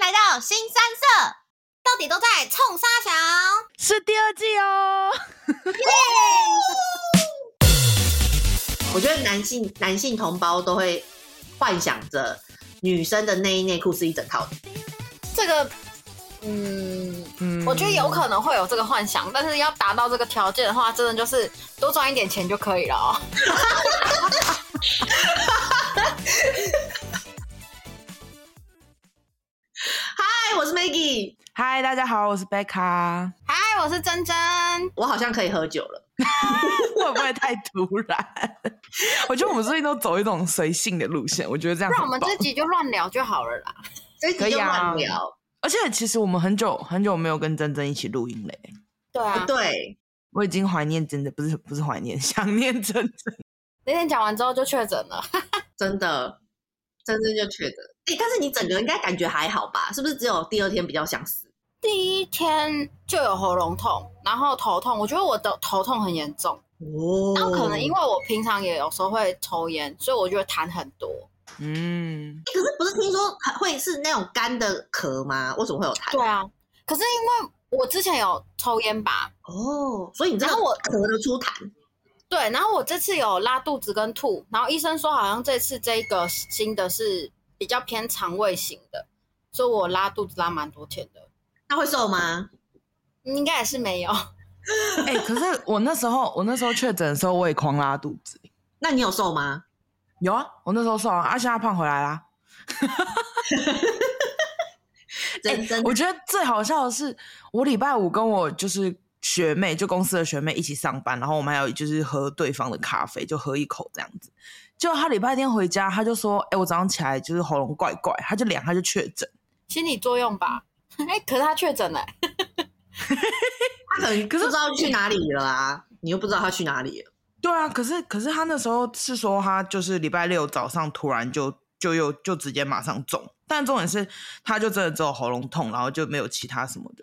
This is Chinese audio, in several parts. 来到新三社，到底都在冲沙墙。是第二季哦。我觉得男性男性同胞都会幻想着女生的内衣内裤是一整套的，这个，嗯，嗯我觉得有可能会有这个幻想，但是要达到这个条件的话，真的就是多赚一点钱就可以了哦。嗨，我是 Maggie，嗨，大家好，我是贝 卡。嗨，我是珍珍，我好像可以喝酒了。会不会太突然？我觉得我们最近都走一种随性的路线，我觉得这样不很然棒。我们这集就乱聊就好了啦。这一集就啊乱聊，而且其实我们很久很久没有跟珍珍一起录音嘞，对啊，对，我已经怀念珍珍，不是不是怀念，想念珍珍。那天讲完之后就确诊了，真的，真正就确诊。哎、但是你整个应该感觉还好吧？是不是只有第二天比较想死？第一天就有喉咙痛，然后头痛，我觉得我的头痛很严重，哦然后可能因为、为我平常也有时候会抽烟，所以我就会痰很多。嗯，可是不是听说会是那种干的壳吗？为什么会有痰？对啊，可是因为我之前有抽烟吧，哦，所以你这个然后我咳得出痰，对，然后我这次有拉肚子跟吐，然后医生说好像这次这个新的是比较偏肠胃型的，所以我拉肚子拉蛮多天的，嗯那会瘦吗？应该也是没有。哎、可是我那时候我那时候确诊的时候，我也狂拉肚子。那你有瘦吗？有啊，我那时候瘦啊，啊现在胖回来啦。哎真真、我觉得最好笑的是，我礼拜五跟我就是学妹，就公司的学妹一起上班，然后我们还有就是喝对方的咖啡，就喝一口这样子。就她礼拜天回家，她就说：“哎、我早上起来就是喉咙怪怪。”她就量，她就确诊。心理作用吧。哎、可是他确诊了、他可能不知道去哪里了啊，你又不知道他去哪里了。对啊，可是可是她那时候是说，她就是礼拜六早上突然就就又就直接马上中，但重点是她就真的只有喉咙痛，然后就没有其他什么的。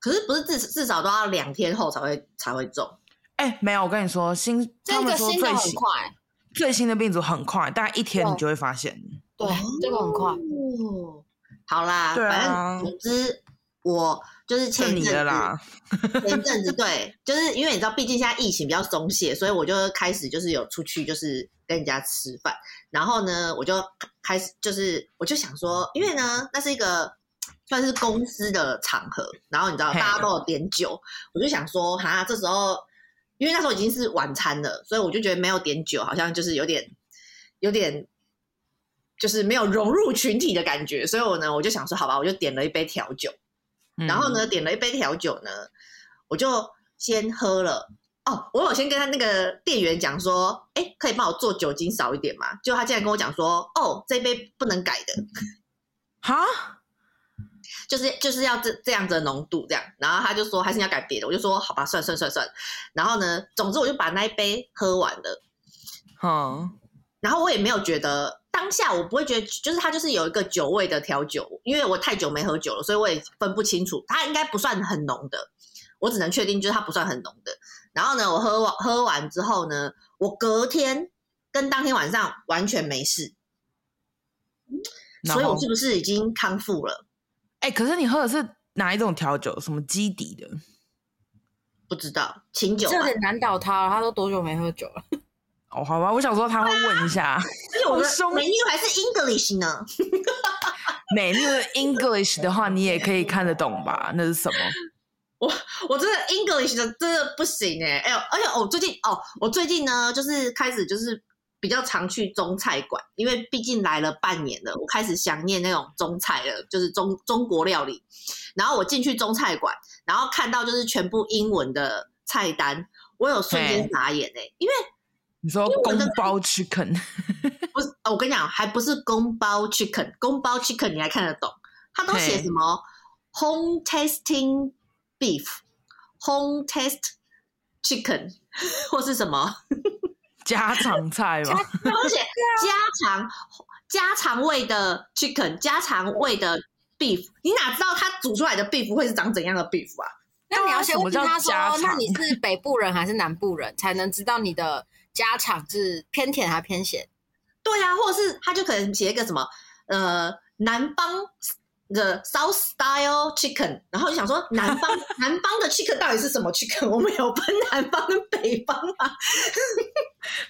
可是不是至至少都要两天后才会才会中？哎、没有，我跟你说，新这他个们说新的最很新快，最新的病毒很快，大概一天你就会发现。对，这个很快。哦，好啦，对啊反正总之我就是前是阵你子的啦，前阵子对，就是因为你知道，毕竟现在疫情比较松懈，所以我就开始就是有出去，就是跟人家吃饭。然后呢，我就开始就是我就想说，因为呢，那是一个算是公司的场合，然后你知道嘿大家都有点酒，我就想说，哈，这时候因为那时候已经是晚餐了，所以我就觉得没有点酒，好像就是有点有点。就是没有融入群体的感觉，所以我呢，我就想说，好吧，我就点了一杯调酒，嗯然后呢，点了一杯调酒呢，我就先喝了。哦，我有先跟他那个店员讲说，哎，可以帮我做酒精少一点吗？就他竟然跟我讲说，哦，这杯不能改的，哈，就是就是要这这样子的浓度这样。然后他就说还是你要改别的，我就说好吧，算算算算。然后呢，总之我就把那一杯喝完了，嗯，然后我也没有觉得。当下我不会觉得，就是它就是有一个酒味的调酒，因为我太久没喝酒了，所以我也分不清楚，它应该不算很浓的，我只能确定就是它不算很浓的。然后呢，我喝完喝完之后呢，我隔天跟当天晚上完全没事，然所以后我是不是已经康复了？哎、可是你喝的是哪一种调酒？什么基底的？不知道，清酒吧啊这，有点难倒他了，他都多久没喝酒了？哦，好吧，我想说他会问一下 因为我好凶的美女还是 English 呢？美丽的 English 的话，你也可以看得懂吧？那是什么？我真的 English 的真的不行哎、欸，哎呦，而且我最近哦，我最近呢就是开始就是比较常去中菜馆，因为毕竟来了半年了，我开始想念那种中菜了，就是中中国料理。然后我进去中菜馆，然后看到就是全部英文的菜单，我有瞬间对傻眼哎、因为你说因为我宫的包 chicken 不是，哦我跟你讲，还不是宫包 chicken，宫包 chicken 你还看得懂？它都写嘿什么 home tasting beef，home taste chicken，或 是什么？家常菜吗？然后写家常家常味的 chicken，家常味的 beef，你哪知道它煮出来的 beef 会是长怎样的 beef 啊？那你要先问他什么叫家说，常那你 是北部人还是南部人，才能知道你的家常是偏甜还偏咸？对啊，或者是他就可能写一个什么呃南方 The South Style Chicken，然后就想说南方南方的 chicken 到底是什么 chicken？我们有分南方跟北方吗？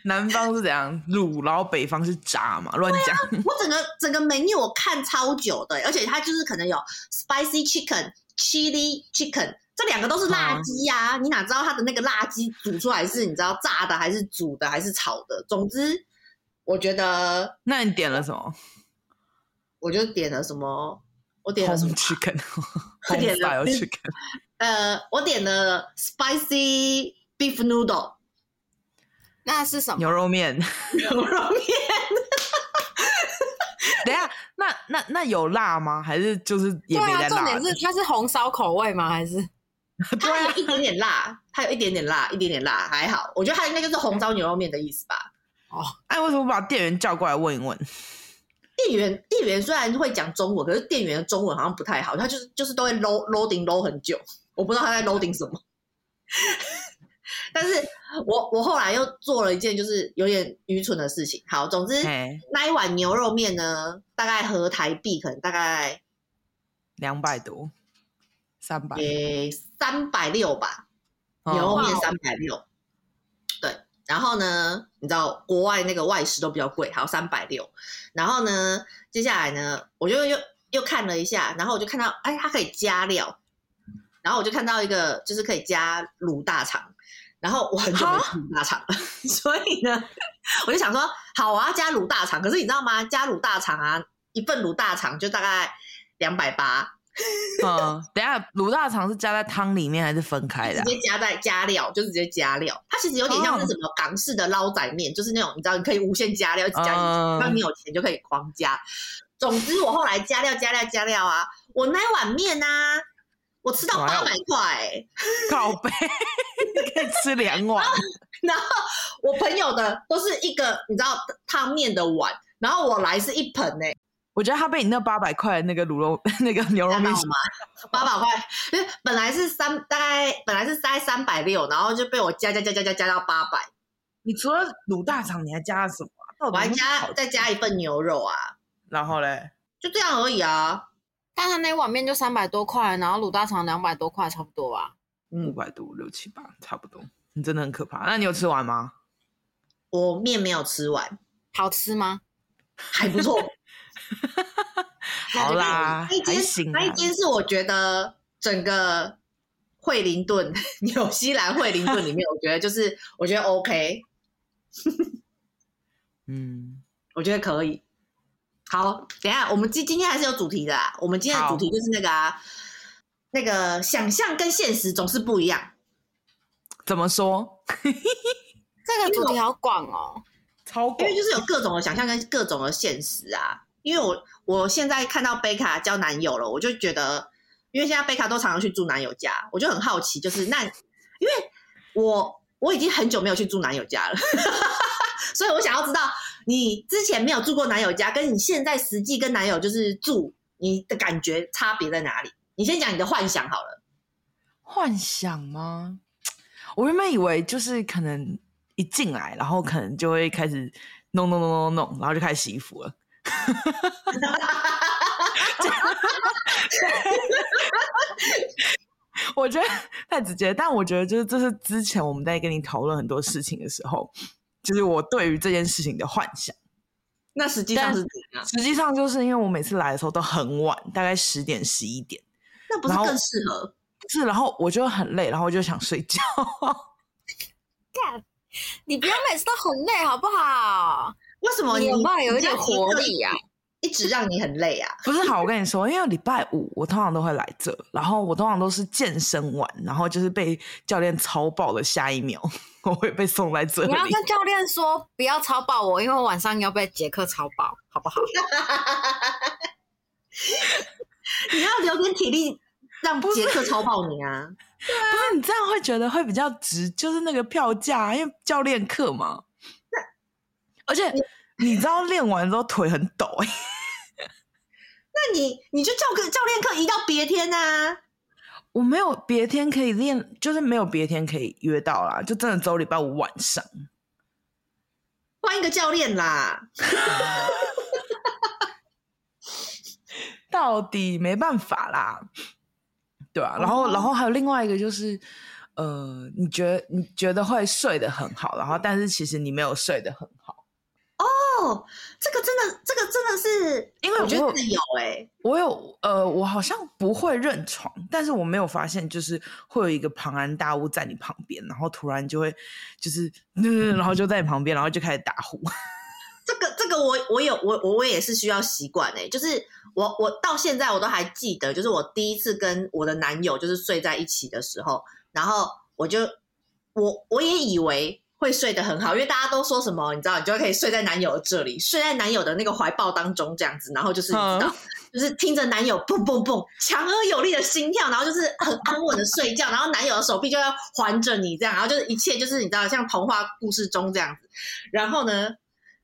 南方是怎样卤，然后北方是炸嘛，乱讲。我整个整个 menu 我看超久的、而且它就是可能有 spicy chicken、chili chicken，这两个都是辣鸡呀、你哪知道它的那个辣鸡煮出来是你知道炸的还是煮的还是炒的？总之，我觉得 那你点了什么？我就点了什么，我点了什么红 chicken，我红 点 style 了 chicken。 呃，我点了 spicy beef noodle 那是什么？牛肉面。牛肉面，等一下，那那那有辣吗？还是就是也对没在啊，重辣的？点是它是红烧口味吗？还是它有一点点辣，它有一点点辣，一点点辣，还好。我觉得它应该就是红烧牛肉面的意思吧。哎，为什么不把店员叫过来问一问？店员店员虽然会讲中文，可是店员的中文好像不太好，他就是就是都会 load loading load 很久，我不知道他在 loading 什么。但是我我后来又做了一件就是有点愚蠢的事情。好，总之哎，那一碗牛肉面呢，大概合台币可能大概两百多，三百。也三百六吧，哦牛肉面哇哦三百六。对，然后呢，你知道国外那个外食都比较贵，还有三百六。然后呢，接下来呢，我就又又看了一下，然后我就看到，哎，它可以加料，然后我就看到一个就是可以加卤大肠。然后我很久没吃卤大肠了， 所以呢，我就想说，好，我要加卤大肠。可是你知道吗？加卤大肠啊，一份卤大肠就大概两百八，嗯，等一下卤大肠是加在汤里面还是分开的哦直啊、接加在加料，就直接加料。它其实有点像是什么港式的捞仔面，就是那种你知道你可以无限加料，一直加，嗯那、你有钱就可以狂加。总之，我后来加料加料加料啊，我那一碗面啊，我吃到哇八哦百块欸、靠背可以吃两碗，然后我朋友的都是一个你知道汤面的碗，然后我来是一盆哎、我觉得他被你那八百块的那个卤肉那个牛肉三百面五吗？八百块，因为本来是三大概本来是塞三百六，然后就被我加加加加加加到八百，你除了卤大肠，你还加了什么啊？到我底还有没有加烤再加一份牛肉啊。然后嘞，就这样而已啊。但它那碗面就三百多块，然后卤大肠两百多块，差不多吧。五嗯，百多六七八，差不多。你真的很可怕。那你有吃完吗？我面没有吃完，好吃吗？还不 错。好啦，那一还间行那一啊。间是我觉得整个惠灵顿、 纽西兰惠灵顿里面，我觉得就是我觉得 OK，嗯，我觉得可以。好，等一下我们今今天还是有主题的、啊，我们今天的好主题就是那个啊，那个想象跟现实总是不一样。怎么说？这个主题好广哦。超因过为就是有各种的想象跟各种的现实啊。因为我我现在看到贝卡交男友了，我就觉得，因为现在贝卡都常常去住男友家，我就很好奇，就是那因为我我已经很久没有去住男友家了， 所以我想要知道你之前没有住过男友家，跟你现在实际跟男友就是住，你的感觉差别在哪里？你先讲你的幻想好了。幻想吗？我原本以为就是可能一进来，然后可能就会开始弄弄弄弄弄，然后就开始洗衣服了。 我觉得太直接，但我觉得就是这是之前我们在跟你讨论很多事情的时候，就是我对于这件事情的幻想。那实际上是怎样？实际上就是因为我每次来的时候都很晚，大概十点十一点，那不是然后更适合？不是，然后我就很累，然后我就想睡觉。你不要每次都很累好不好？为什么你哦你有没有有一点你这活力啊？一直让你很累啊？不是好，我跟你说，因为礼拜五我通常都会来这，然后我通常都是健身完，然后就是被教练操爆的下一秒， 我会被送来这你里。要跟教练说不要超爆我，因为我晚上要被杰克超爆，好不好？你要留点体力让杰克超爆你啊！不是你这样会觉得会比较值，就是那个票价，啊因为教练课嘛。而且你知道练完之后腿很抖、欸， 那你你就叫个教练课移到别天啊！我没有别天可以练，就是没有别天可以约到啦，就真的只有礼拜五晚上。换一个教练啦！到底没办法啦，对哦啊，然后，然后还有另外一个就是，呃，你觉得你觉得会睡得很好，然后但是其实你没有睡得很好。哦，这个真的，这个真的是，因为我觉我得真的有哎、我有呃，我好像不会认床，但是我没有发现，就是会有一个庞然大物在你旁边，然后突然就会就是，嗯然后就在你旁边，然后就开始打呼。这个这个我我有我我我也是需要习惯哎，就是我我到现在我都还记得，就是我第一次跟我的男友就是睡在一起的时候，然后我就我我也以为会睡得很好，因为大家都说什么，你知道，你就可以睡在男友的这里，睡在男友的那个怀抱当中这样子，然后就是你知道。就是听着男友蹦蹦蹦强而有力的心跳，然后就是很安稳的睡觉，然后男友的手臂就要环着你这样，然后就是一切就是你知道像童话故事中这样子。然后呢，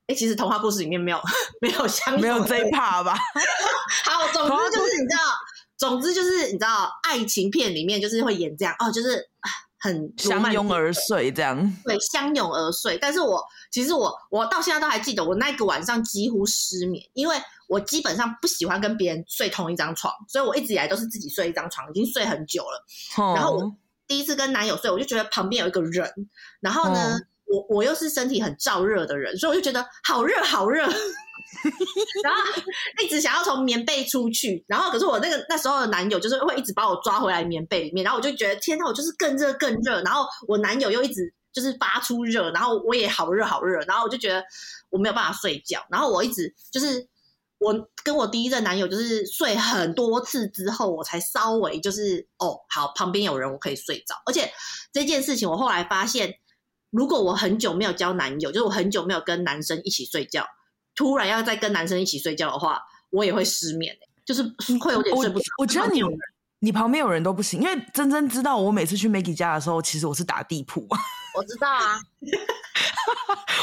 哎、其实童话故事里面没有 没有相同没有这一趴 吧？好，总之就是你知道，总之就是你知道，爱情片里面就是会演这样哦，就是啊很相拥而。而睡这样。对，相拥而睡。但是我其实我我到现在都还记得，我那个晚上几乎失眠，因为我基本上不喜欢跟别人睡同一张床，所以我一直以来都是自己睡一张床，已经睡很久了。然后我哦，第一次跟男友睡，我就觉得旁边有一个人，然后呢，嗯我我又是身体很燥热的人，所以我就觉得好热好热，然后一直想要从棉被出去，然后可是我那个那时候的男友就是会一直把我抓回来棉被里面，然后我就觉得天呐，我就是更热更热，然后我男友又一直。就是发出热，然后我也好热好热，然后我就觉得我没有办法睡觉，然后我一直就是我跟我第一任男友就是睡很多次之后，我才稍微就是哦，好，旁边有人我可以睡着。而且这件事情，我后来发现，如果我很久没有交男友，就是我很久没有跟男生一起睡觉，突然要再跟男生一起睡觉的话，我也会失眠、欸就是嗯会有点我睡不着。我觉得你旁边有人你旁边有人都不行，因为真真知道我每次去 Maggie 家的时候，其实我是打地铺， 我知道啊，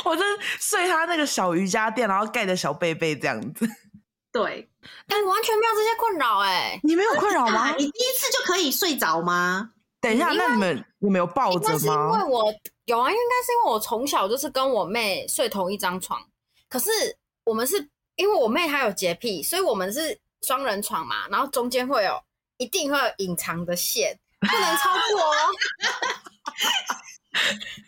我真睡他那个小瑜伽垫，然后盖着小被被这样子。对，哎、完全没有这些困扰哎、你没有困扰啊吗，你？第一次就可以睡着吗？ 等一下，因为那你们你们有抱应着该是因为吗？我有啊，应该是因为我从小就是跟我妹睡同一张床，可是我们是因为我妹她有洁癖，所以我们是双人床嘛，然后中间会有一定会有隐藏的线，不能超过哦。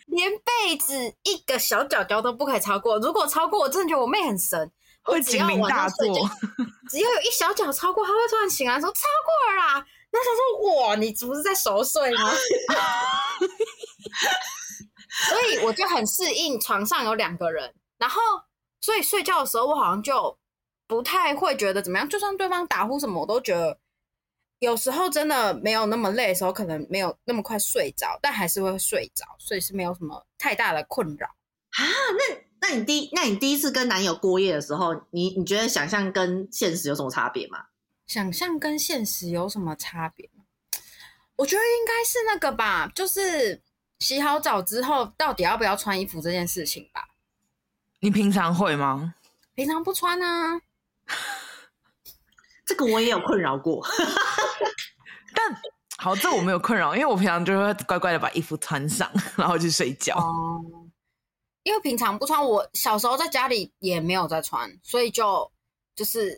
连被子一个小角角都不可以超过，如果超过，我真的觉得我妹很神，会我只要警铃晚大上睡觉作， 只要有一小角超过，她会突然醒来说超过了啦。那时候说哇，你不是在熟睡吗？ 所以我就很适应床上有两个人，然后所以睡觉的时候我好像就不太会觉得怎么样，就算对方打呼什么，我都觉得有时候真的没有那么累的时候，可能没有那么快睡着，但还是会睡着，所以是没有什么太大的困扰。啊，那那你第那你第一次跟男友过夜的时候，你你觉得想象跟现实有什么差别吗？想象跟现实有什么差别吗？我觉得应该是那个吧，就是洗好澡之后到底要不要穿衣服这件事情吧。你平常会吗？平常不穿啊，这个我也有困扰过。 但好，这我没有困扰，因为我平常就会乖乖的把衣服穿上，然后去睡觉。哦，因为平常不穿，我小时候在家里也没有在穿，所以就就是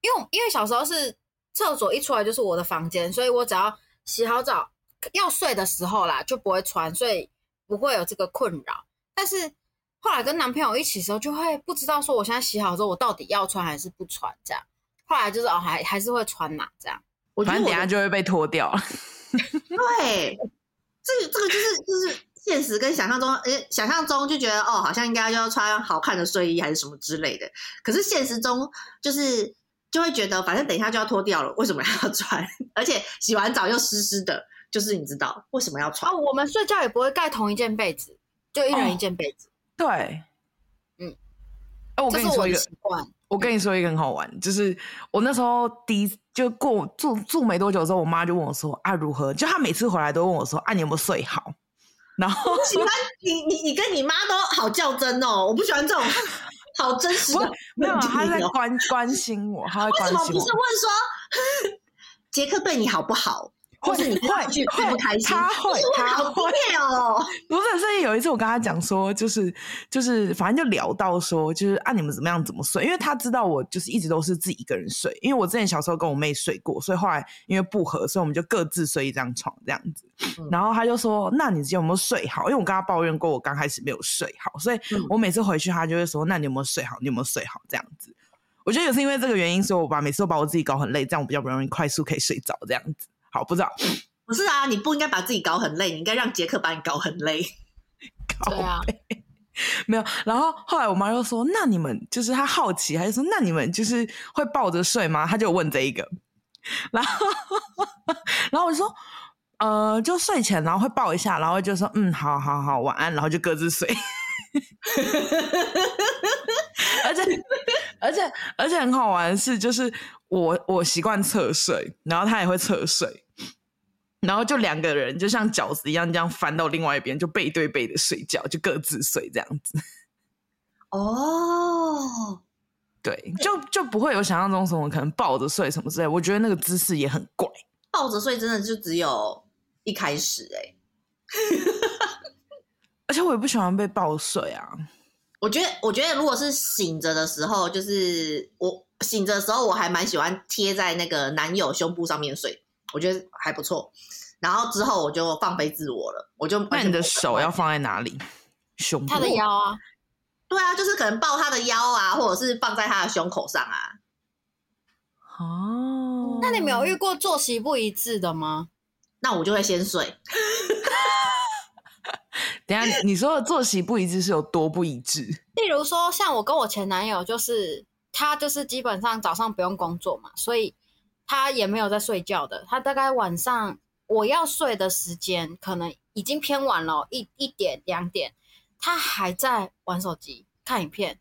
因为我因为小时候是厕所一出来就是我的房间，所以我只要洗好澡要睡的时候啦，就不会穿，所以不会有这个困扰。但是后来跟男朋友一起的时候，就会不知道说我现在洗好之后我到底要穿还是不穿这样。后来就是哦，还还是会穿呐、这样。我觉反得正我等一下的就会被脱掉了。 对，这个这个就是就是现实跟想象中，呃，想象中就觉得哦，好像应该要穿好看的睡衣还是什么之类的，可是现实中就是就会觉得，反正等一下就要脱掉了，为什么要穿？而且洗完澡又湿湿的，就是你知道为什么要穿哦，？我们睡觉也不会盖同一件被子，就一人哦一件被子，对，嗯。哎，我这跟是你我说一的个，习惯。我跟你说一个很好玩，就是我那时候第一就过住住没多久之后，我妈就问我说啊如何？就她每次回来都问我说啊你有没有睡好？然后我喜欢 你，你你跟你妈都好较真哦，我不喜欢 这种好真实不的没有， 问题她在哦关关心我，她在为关什么心不我 是问。说杰克对你好不好？或是你会看上去会不开心，他会就是我他好会累哦。不是，所以有一次我跟他讲说，就是就是，反正就聊到说，就是啊，你们怎么样怎么睡？因为他知道我就是一直都是自己一个人睡，因为我之前小时候跟我妹睡过，所以后来因为不合，所以我们就各自睡一张床这样子。嗯然后他就说：“那你有没有睡好？”因为我跟他抱怨过，我刚开始没有睡好，所以嗯我每次回去他就会说：“那你有没有睡好？你有没有睡好？”这样子。我觉得也是因为这个原因，所以我把每次都把我自己搞很累，这样我比较不容易快速可以睡着这样子。好，不知道不是啊，你不应该把自己搞很累，你应该让杰克把你搞很累。搞对啊，没有，然后后来我妈就说：“那你们就是她好奇，她就说那你们就是会抱着睡吗？”她就问这一个，然后 然后我就说：“呃，就睡前然后会抱一下，然后就说嗯，好好好，晚安，然后就各自睡。”而且而且而且很好玩的是，就是我我习惯侧睡，然后她也会侧睡。然后就两个人就像饺子一样，这样翻到另外一边，就背对背的睡觉，就各自睡这样子。哦，对， 就就不会有想象中什么可能抱着睡什么之类。我觉得那个姿势也很怪，抱着睡真的就只有一开始哎、而且我也不喜欢被抱睡啊。我觉得，我觉得如果是醒着的时候，就是我醒着的时候，我还蛮喜欢贴在那个男友胸部上面睡，我觉得还不错。然后之后我就放飞自我了，我就那你的手要放在哪里？胸部？他的腰啊，对啊，就是可能抱他的腰啊，或者是放在他的胸口上啊。哦。那你们有遇过作息不一致的吗？那我就会先睡，等一下你说的作息不一致是有多不一致？例如说，像我跟我前男友，就是他就是基本上早上不用工作嘛，所以他也没有在睡觉的。他大概晚上我要睡的时间，可能已经偏晚了，一一点两点，他还在玩手机、看影片、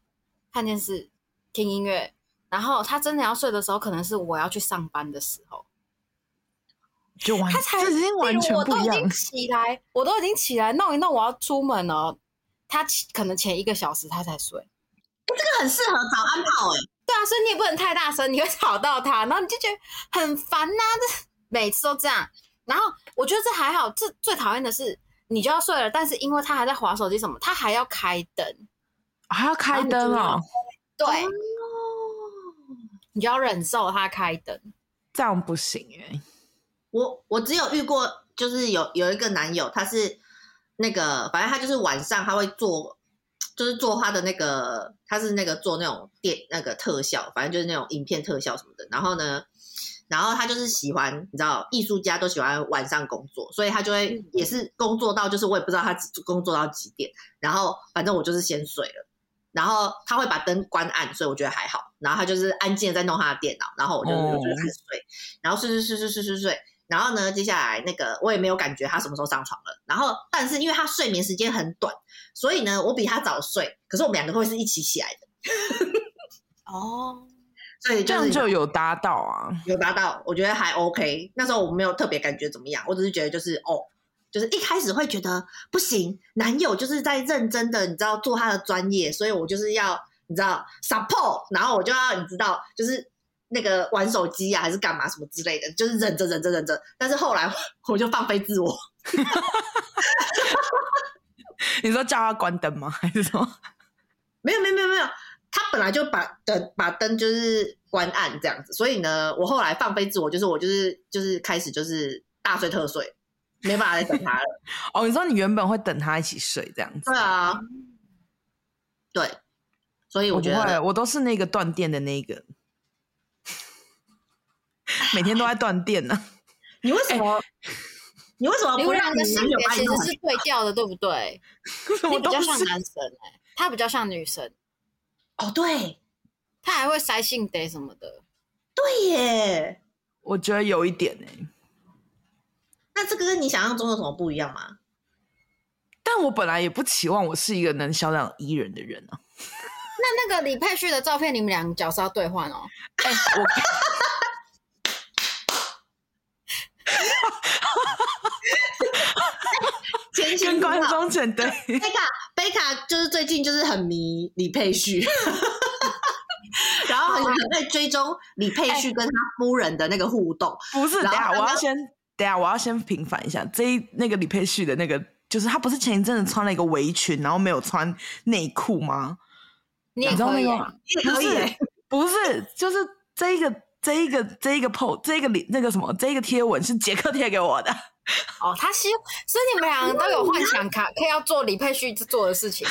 看电视、听音乐。然后他真的要睡的时候，可能是我要去上班的时候。就嗯完，他才这已经完全例如不一我都已经样。起来，我都已经起来弄一弄，我要出门了。他起可能前一个小时他才睡。这很适合早安泡哎、对啊，所以你也不能太大声，你会吵到他，然后你就觉得很烦呐、这每次都这样。然后我觉得这还好，这最讨厌的是你就要睡了，但是因为他还在划手机什么，他还要开灯，啊还要开灯哦，对，你就要忍受他开灯。这样不行哎、我我只有遇过，就是有有一个男友，他是那个，反正他就是晚上他会做，就是做他的那个，他是那个做那种电那个特效，反正就是那种影片特效什么的。然后呢，然后他就是喜欢，你知道，艺术家都喜欢晚上工作，所以他就会也是工作到，就是我也不知道他几工作到几点。然后反正我就是先睡了，然后他会把灯关暗，所以我觉得还好。然后他就是安静的在弄他的电脑，然后我就、我就开始睡，然后睡睡睡睡睡睡睡。然后呢，接下来那个我也没有感觉他什么时候上床了。然后，但是因为他睡眠时间很短，所以呢，我比他早睡，可是我们两个会是一起起来的，哦，所以这就样是就有搭到啊。有达到，我觉得还 OK。那时候我没有特别感觉怎么样，我只是觉得就是哦，就是一开始会觉得不行，男友就是在认真的，你知道做他的专业，所以我就是要你知道 support，然后我就要你知道就是那个玩手机啊还是干嘛什么之类的，就是忍着忍着忍着。但是后来 我就放飞自我，你说叫他关灯吗？还是什么？没有没有没有没有，他本来就把灯把灯就是关暗这样子，所以呢，我后来放飞自我，就是我就是就是开始就是大睡特睡，没办法再等他了。哦，你说你原本会等他一起睡这样子？对啊，对，所以我我不觉会，得我都是那个断电的那一个， 每天都在断电啊 呢、你为什么、你为什么你不们两让个你性男友别把你其弄实很是对调的，对不 对？什你么比较东像西？男生哎、他比较像女生，哦，对他还会塞性得什么的。对耶，我觉得有一点哎、那这个跟你想象中有什么不一样吗？但我本来也不期望我是一个能小两依人的人啊。那那个李佩旭的照片，你们两个角色要兑换哦。哎、我 前情跟提观要，众讲对，贝卡贝卡就是最近就是很迷李佩旭。然哎后很很在追踪李佩旭跟他夫人的那个互动，不是，等一然下后我刚要刚先等一下我要先平反一下，这一那个李佩旭的那个，就是她不是前一阵子穿了一个围裙，然后没有穿内裤吗？你也你知道可那以个啊，吗？也不可以、是欸， 不是，就是这一个这一个这一个 po 这一个那个什么这一个贴文是杰克贴给我的， 哦，他希，所以你们两个都有幻想卡，可以要做李佩旭做的事 情。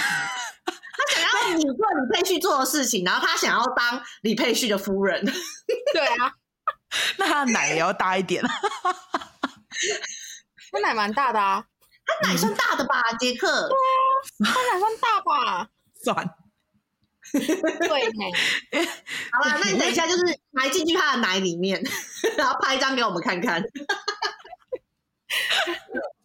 他想要你做李佩旭做的事情，然后他想要当李佩旭的夫人，对啊，那他的奶也要大一点。 他奶蛮大的啊，他奶算大的吧，杰克？他奶算大吧？算，对 呢，好啦，那你等一下就是埋进去他的奶里面， 然后拍一张给我们看看。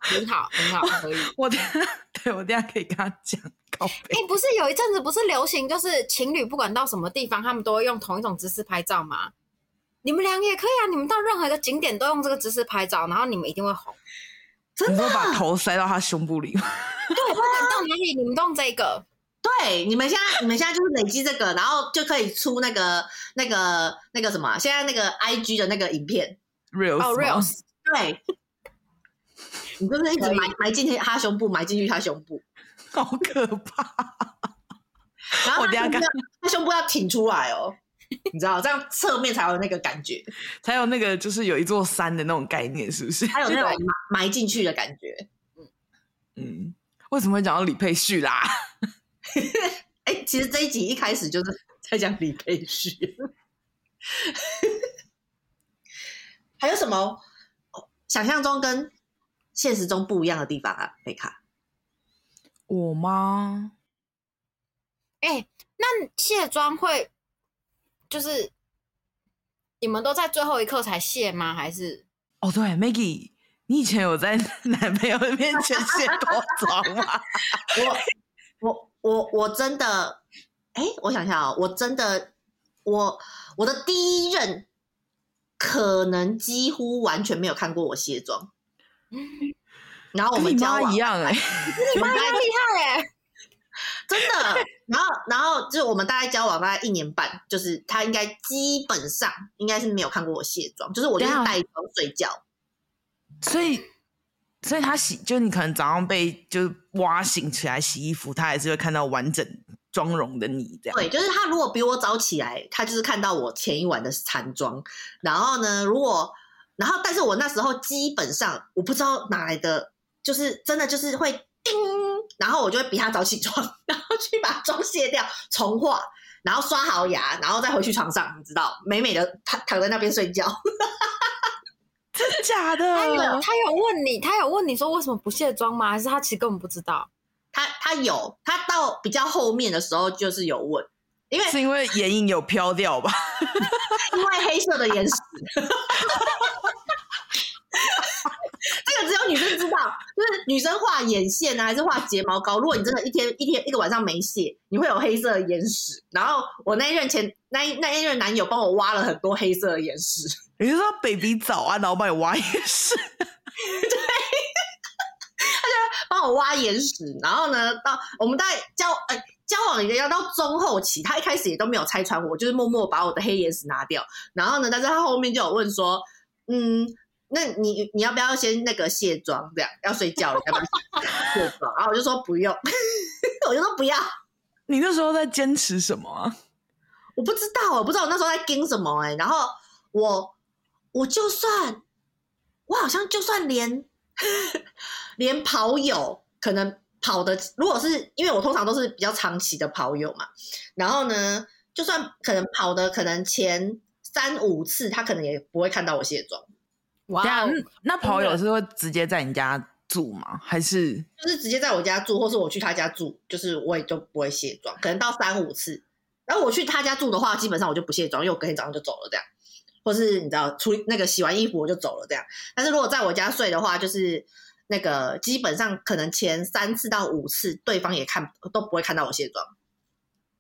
很好，很好，可以。我等 对我等一下可以跟他讲告哎、白。不是有一阵子不是流行，就是情侣不管到什么地方，他们都会用同一种姿势拍照吗？你们两个也可以啊，你们到任何一个景点都用这个姿势拍照，然后你们一定会 红。你说把头塞到他胸部里吗， 对，不管到哪里，你们都用这个。对，你们现在你们现在就是累积这个，然后就可以出那个那个那个什么，啊现在那个 I G 的那个影片， real 哦，reels，对。你就是一直可以埋埋进去他胸部，埋进去他胸部， 好可怕。然后我等一他下胸部看要他胸部要挺出来哦，你知道，这样侧面才有那个感觉，才有那个就是有一座山的那种概念，是不是？还有那对种埋埋进去的感觉。嗯，为什么会讲到李佩旭啦？ 哎、其实这一集一开始就是 在讲李佩旭， 还有什么哦想象中跟现实中不一样的地方啊？贝卡，我吗？哎、那卸妆会就是你们都在最后一刻才卸吗？还是哦，对，Maggie，你以前有在 男朋友面前卸过妆吗？我我我我真的，哎、我想想哦，我真的，我我的第一任可能几乎完全没有看过我卸妆，嗯然后我跟们你交妈往一样哎、我们大概厉害哎、真的。然后，然后就是我们大概交往大概一年半，就是他应该基本上应该是没有看过我卸妆，就是我就是等一下带妆睡觉。所以，所以他洗，就你可能早上被就是挖醒起来洗衣服，他还是会看到完整妆容的你这样。对，就是他如果比我早起来，他就是看到我前一晚的残妆。然后呢，如果然后，但是我那时候基本上我不知道哪来的，就是真的就是会叮，然后我就会比他早起床，然后去把妆卸掉，重化。然后刷好牙，然后再回去床上，你知道，美美的躺躺在那边睡觉。 真假他有呃的？他有问你，他有问你说为什么不卸妆吗？还是他其实根本不知道？他他有，他到比较后面的时候就是有问，因为是因为眼影有飘掉吧？ 因为黑色的眼屎，这个只有女生知道，就是女生画眼线啊，还是画睫毛膏。如果你真的一天一天一个晚上没卸，你会有黑色的眼屎。然后我那一任前那一那一任男友帮我挖了很多黑色的眼屎，你是说 baby 早安，然后把你挖也是？帮我挖眼屎。然后呢，到我们在交呃交往一个要到中后期，他一开始也都没有拆穿我，就是默默把我的黑眼屎拿掉。然后呢，但是他后面就有问说，嗯，那你你要不要先那个卸妆？这样要睡觉了，要不要卸妆？然后我就说不用， 我就说不要。 你那时候在坚持什么啊？我不知道，我不知道我那时候在盯什么哎、然后我我就算我好像就算连连跑友可能跑的，如果是因为我通常都是比较长期的跑友嘛，然后呢，就算可能跑的可能前三五次，他可能也不会看到我卸妆，哇等一下哦，嗯那跑友是会直接在你家住吗？还是就是直接在我家住，或是我去他家住，就是我也就不会卸妆，可能到三五次。然后我去他家住的话，基本上我就不卸妆，因为我隔天早上就走了这样，或是你知道，出那个洗完衣服我就走了这样。但是如果在我家睡的话，就是那个基本上可能前三次到五次，对方也看都不会看到我卸妆。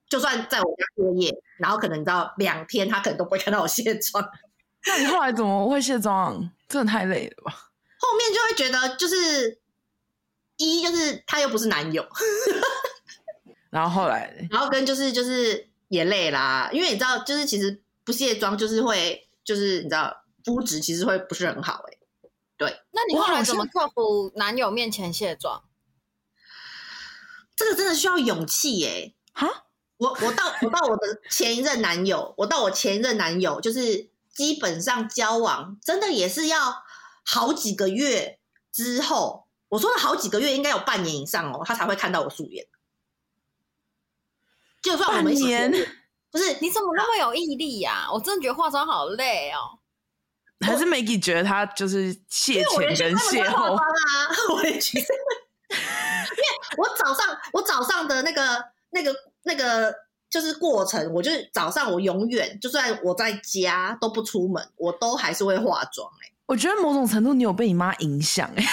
就算在我家过夜，然后可能你知道两天，他可能都不会看到我卸妆。 那你后来怎么会卸妆？真的太累了吧？后面就会觉得，就是一就是他又不是男友，然后后来嘞，然后跟就是就是也累啦，因为你知道，就是其实不卸妆就是会就是你知道肤质其实会不是很好哎、那你我后好来怎像么克服男友面前卸妆？这个真的需要勇气耶、哈，我我到我到我的前一任男友，我到我前一任男友，就是基本上交往真的也是要好几个月之后，我说的好几个月应该有半年以上哦，他才会看到我素颜。就算我半们一起年出去就是你怎么那么有毅力呀、我真的觉得化妆好累哦。还是 Maggie 觉得他就是谢我前也觉跟得他们谢在化后妆，啊， 我也觉得，因为我早上我早上的那个那个那个就是过程，我就是早上我永远就算我在家都不出门，我都还是会化妆哎、我觉得某种程度你有被你妈影响哎、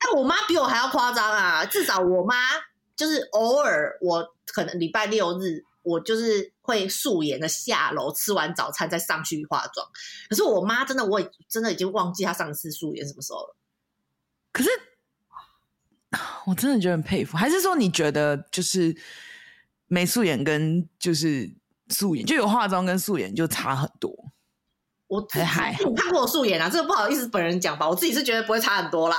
但我妈比我还要夸张啊，至少我妈就是偶尔我可能礼拜六日。我就是会素颜的下楼，吃完早餐再上去化妆。可是我妈真的，我也真的已经忘记她上次素颜什么时候了。可是我真的觉得很佩服，还是说你觉得就是美素颜跟就是素颜，就有化妆跟素颜就差很多？ 我自还己还你看过我素颜啊？这个不哎好意思，本人讲吧，我自己是觉得不会差很多啦。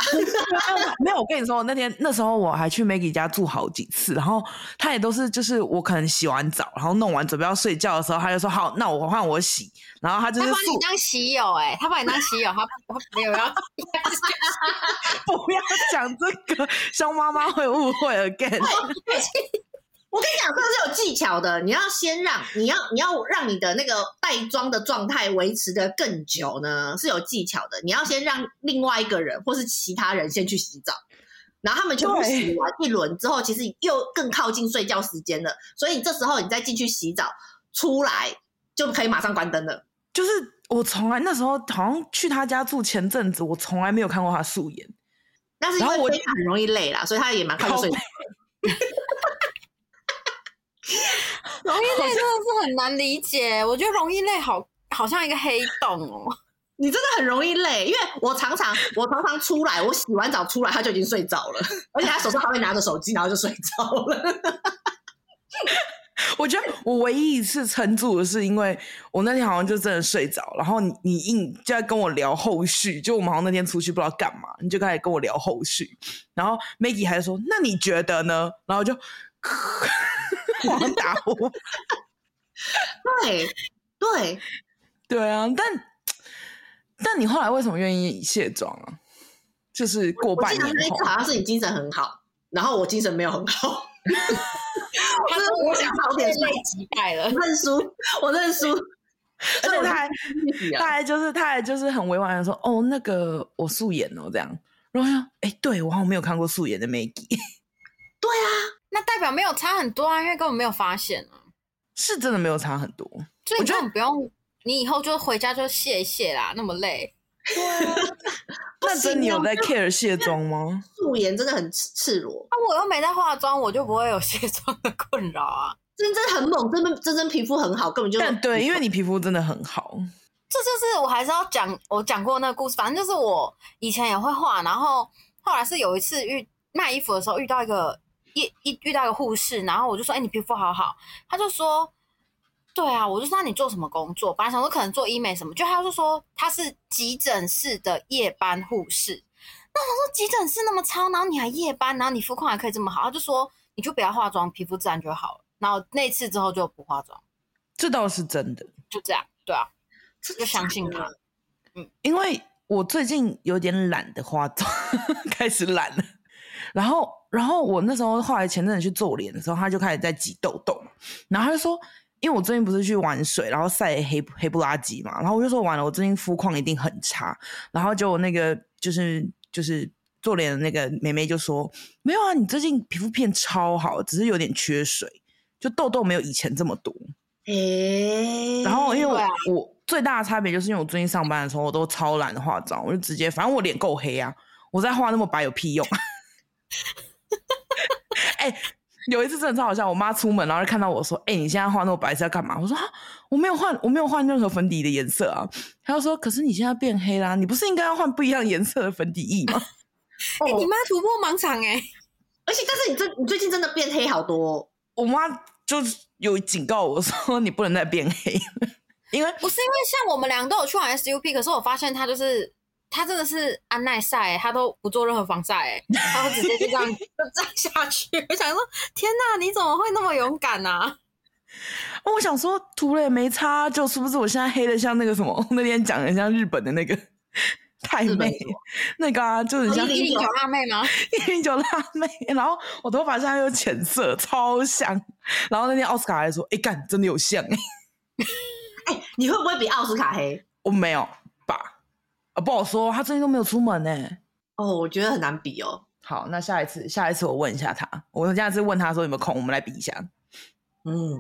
没有，我跟你说，那天那时候我还去 Maggie 家住好几次，然后她也都是就是我可能洗完澡，然后弄完准备要睡觉的时候，她就说好，那我换我洗，然后她就他是把你素当喜友哎、他把你当喜友，他他没有要 不要讲这个，像妈妈会误会 again。 我跟你讲，这个是有技巧的，你要先让你要你要让你的那个带妆的状态维持的更久呢，是有技巧的。你要先让另外一个人或是其他人先去洗澡，然后他们全部对洗完一轮之后，其实又更靠近睡觉时间了，所以你这时候你再进去洗澡，出来就可以马上关灯了。就是我从来那时候好像去她家住前阵子，我从来没有看过她素颜。但是因然后我为非常很容易累啦，所以他也蛮快就睡着了。 容易累，真的是很难理解。我觉得容易累好好像一个黑洞哦。你真的很容易累，因为我常常我常常出来，我洗完澡出来，他就已经睡着了，而且他手上还会拿着手机，然后就睡着了。 我觉得我唯一一次撑住的是，因为我那天好像就真的睡着，然后你你硬就在跟我聊后续，就我们好像那天出去不知道干嘛，你就开始跟我聊后续，然后 Maggie 还说：“那你觉得呢？”然后我就 狂打呼。对对，对啊，但但你后来为什么愿意卸妆啊？就是过我半记得年那一后次，好像是你精神很好，然后我精神没有很好，他真的我想早被点睡累击败了我。认输，我 认输。而且他还所以我就他还就是他还就是很委婉的说：“哦，那个我素颜哦，这样。”然后我想，哎、对我好像没有看过素颜的 Maggie，那代表没有差很多啊，因为根本没有发现啊。是真的没有差很多。所以你根本不用，你以后就回家就卸一卸啦，那么累。那真你有不行啊在 care 卸妆吗？素颜真的很赤赤裸，那、啊我又没在化妆，我就不会有卸妆的困扰啊。真真很猛，真的真真皮肤很好，根本就但对，因为你皮肤真的很好，这就是我还是要讲，我讲过那个故事，反正就是我以前也会画，然后后来是有一次遇卖衣服的时候遇到一个一一遇到一个护士，然后我就说：“哎、你皮肤好好。”他就说：“对啊。”我就说：“那你做什么工作？”本来想说可能做医美什么，就他就说他是急诊室的夜班护士。那我想说急诊室那么超，然后你还夜班，然后你肤况还可以这么好，他就说你就不要化妆，皮肤自然就好了。然后那次之后就不化妆，这倒是真的。就这样，对啊，真就的相信他。因为我最近有点懒得化妆， 开始懒了。然后，然后我那时候后来前阵子去做脸的时候，他就开始在挤痘痘嘛，然后他就说，因为我最近不是去玩水，然后晒黑黑不拉几嘛，然后我就说完了，我最近肤况一定很差。然后结果那个就是就是做脸的那个妹妹就说，没有啊，你最近皮肤变超好，只是有点缺水，就痘痘没有以前这么多。哎，然后因为哦我、对啊我最大的差别就是因为我最近上班的时候我都超懒得化妆，我就直接反正我脸够黑啊，我再画那么白有屁用啊！ 哎、有一次真的超好笑，我妈出门然后就看到我说：“哎、你现在画那么白是要干嘛？”我说：“啊，我没有换，我没有换任何粉底的颜色啊。”她就说：“可是你现在变黑啦，你不是应该要换不一样颜色的粉底液吗哎、你妈突破盲场哎、 而且但是你真你最近真的变黑好多哦、？”我妈就是有警告我说：“你不能再变黑了，因为 不是因为像我们两个都有去玩 SUP，可是我发现他就是他真的是安耐晒、欸，他都不做任何防晒、 欸，他会直接就 这样就这样下去。 我想说，天哪，你怎么会那么勇敢 啊？哦我想说涂了也没差，就是不是我现在黑的像那个什么， 那天讲的像日本的 那个太日本妹什么，那个啊，就很像一零九辣妹吗？ 一零九辣妹，然后我头发现在又浅色，超像。然后那天奥斯卡还说：“哎、干，真的有像、欸。哎、你会不会比奥斯卡黑？”我没有吧？啊，不好说，他最近都没有出门呢、欸哦，我觉得很难比哦。好，那下一次，下一次我问一下他，我下次问他说有没有空，我们来比一下。嗯，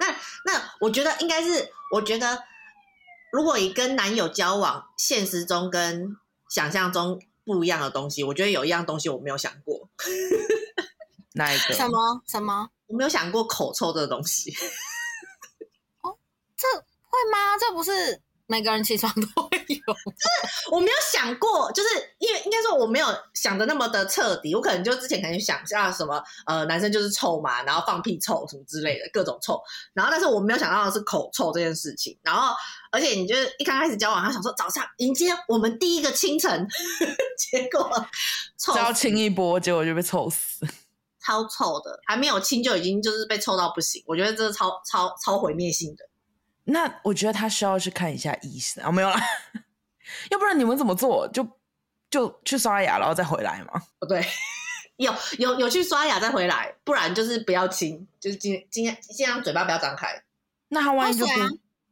那那我觉得应该是，我觉得如果你跟男友交往，现实中跟想象中不一样的东西，我觉得有一样东西我没有想过，那一什个？么什么？我没有想过口臭这个东西。这会吗？这不是每个人起床都会有？我没有想过，就是因为应该说我没有想的那么的彻底，我可能就之前可能想像什么呃男生就是臭嘛，然后放屁臭什么之类的各种臭，然后但是我没有想到的是口臭这件事情，然后而且你就是一刚开始交往，他想说早上迎接我们第一个清晨， 结果臭只要亲一波，结果就被臭死。超臭的，还没有亲就已经就是被臭到不行，我觉得这是超超超毁灭性的。那我觉得他需要去看一下医生啊，没有啦，要不然你们怎么做？就就去刷牙，然后再回来吗？不哦对， 有有有去刷牙再回来，不然就是不要亲，就是尽尽尽量嘴巴不要张开。那他万一就喝嘟、水啊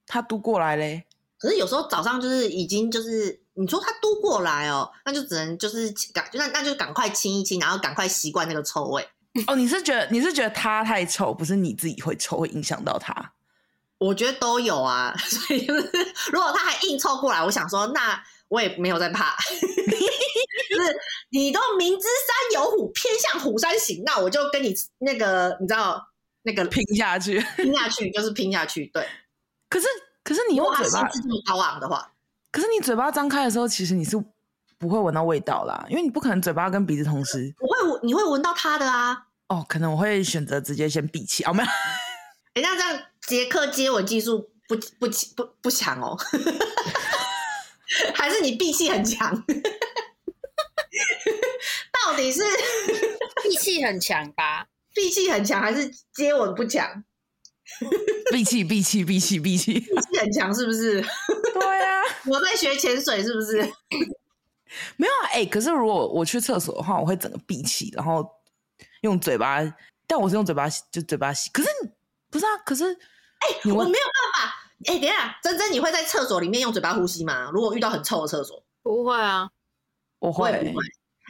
他嘟过来嘞？ 可是有时候早上就是已经就是你说他嘟过来哦，那就只能就是赶那那就赶快亲一亲，然后赶快习惯那个臭味。哦，你是觉得你是觉得他太臭，不是你自己会臭，会影响到他？ 我觉得都有啊， 所以就是如果他还硬凑过来，我想说那我也没有在怕， 就是你都明知山有虎，偏向虎山行，那我就跟你那个你知道 那个拼下去。拼下去就是拼下去，对，可是可是你用如果他嘴心巴，智这么高昂的话，可是你嘴巴张开的时候，其实你是不会闻到味道啦，因为你不可能嘴巴跟鼻子同时。我会闻你会闻到他的啊，哦，可能我会选择直接先闭气。哦，没有，哎、那这样杰克接吻技术不不不不强哦，还是你闭气很强？ 到底是 力气很强吧？闭气很强还是接吻不强？闭气，闭气，闭气，闭气。 闭气很强是不是？对呀、啊，我在学潜水是不是？没有啊。哎、可是如果我去厕所的话，我会整个闭气，然后用嘴巴，但我是用嘴巴吸，就嘴巴吸。可是你不是啊？可是哎、你我闻没有办法。哎、等一下，珍珍，你会在厕所里面用嘴巴呼吸吗？如果遇到很臭的厕所，不会啊，我我会也不会，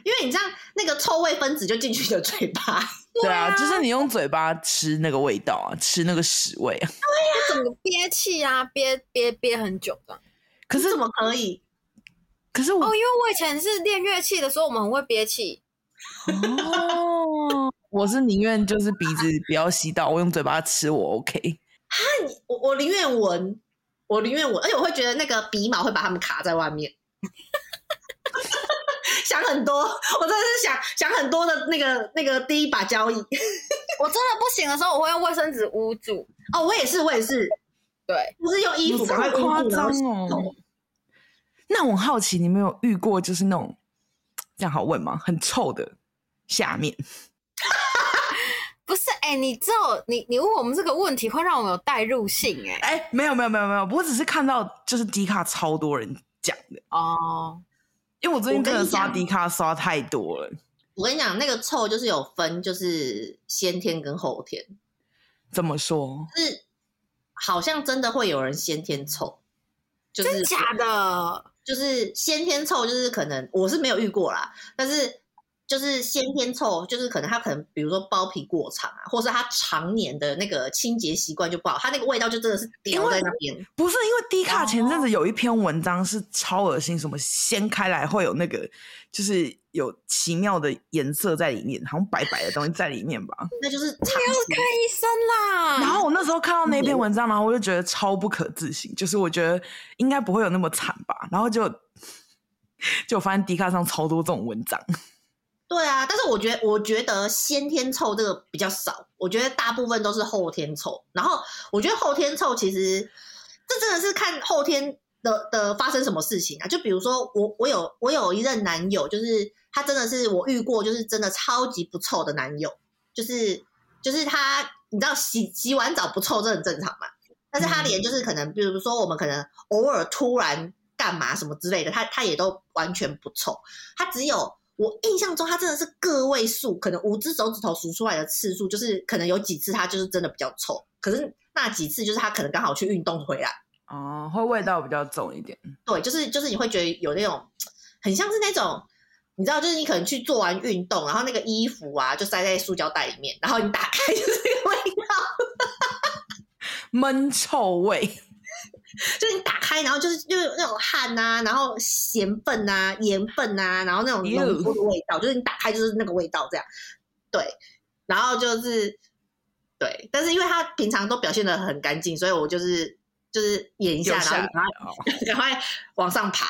因为你这样那个臭味分子就进去你的嘴巴。对啊，就是你用嘴巴吃那个味道啊，吃那个屎味啊。就整个憋气啊，憋憋憋很久的。可是你怎么可以？可是我哦，因为我以前是练乐器的时候，我们很会憋气。哦， 我是宁愿就是鼻子不要吸到，我用嘴巴吃我 OK。我我宁愿闻，我宁愿闻，而且我会觉得那个鼻毛会把它们卡在外面。 想很多，我真的是想想很多的那个那个第一把交易。我真的不行的时候，我会用卫生纸捂住。哦，我也是，我也是，对，不是用衣服你这赶么快夸捂住然后张洗哦手。那我很好奇，你们有遇过就是那种这样好问吗？很臭的下面，不是，哎、你知道你你问我们这个问题，会让我们有代入性、哎。哎、没有没有没有没有，我只是看到就是迪卡超多人讲的，哦，因为我最近我真跟的你刷讲迪卡刷太多了，我跟你讲，那个臭就是有分，就是先天跟后天，怎么说？就是好像真的会有人先天臭，就是真假的？就是先天臭，就是可能我是没有遇过啦，但是就是先天臭，就是可能他可能比如说包皮过长啊，或是他常年的那个清洁习惯就不好，他那个味道就真的是叼在那边。不是因为 D 卡前阵子有一篇文章是超恶心，什么掀开来会有那个，就是有奇妙的颜色在里面，好像白白的东西在里面吧。那就是长看期医生啦。 然后我那时候看到那篇文章，然后我就觉得超不可置信，就是我觉得应该不会有那么惨吧。然后就 就我发现 D 卡上超多这种文章，对啊，但是我觉得我觉得先天臭这个比较少，我觉得大部分都是后天臭。然后我觉得后天臭其实这真的是看后天的的发生什么事情啊？就比如说我我有我有一任男友，就是他真的是我遇过，就是真的超级不臭的男友，就是就是他，你知道洗洗完澡不臭这很正常嘛，但是他连就是可能比如说我们可能偶尔突然干嘛什么之类的，他他也都完全不臭，他只有。我印象中，他真的是个位数，可能五只手指头数出来的次数，就是可能有几次他就是真的比较臭，可是那几次就是他可能刚好去运动回来，哦，会味道比较重一点。对，就是就是你会觉得有那种很像是那种，你知道，就是你可能去做完运动，然后那个衣服啊就塞在塑胶袋里面，然后你打开就是那个味道，闷臭味，就是你打开，然后就是就是那种汗啊，然后咸分啊、盐分啊，然后那种浓缩的味道，就是你打开就是那个味道这样。对，然后就是对，但是因为他平常都表现的很干净，所以我就是就是 演一下，丢下然后来就哦赶快赶快往上爬。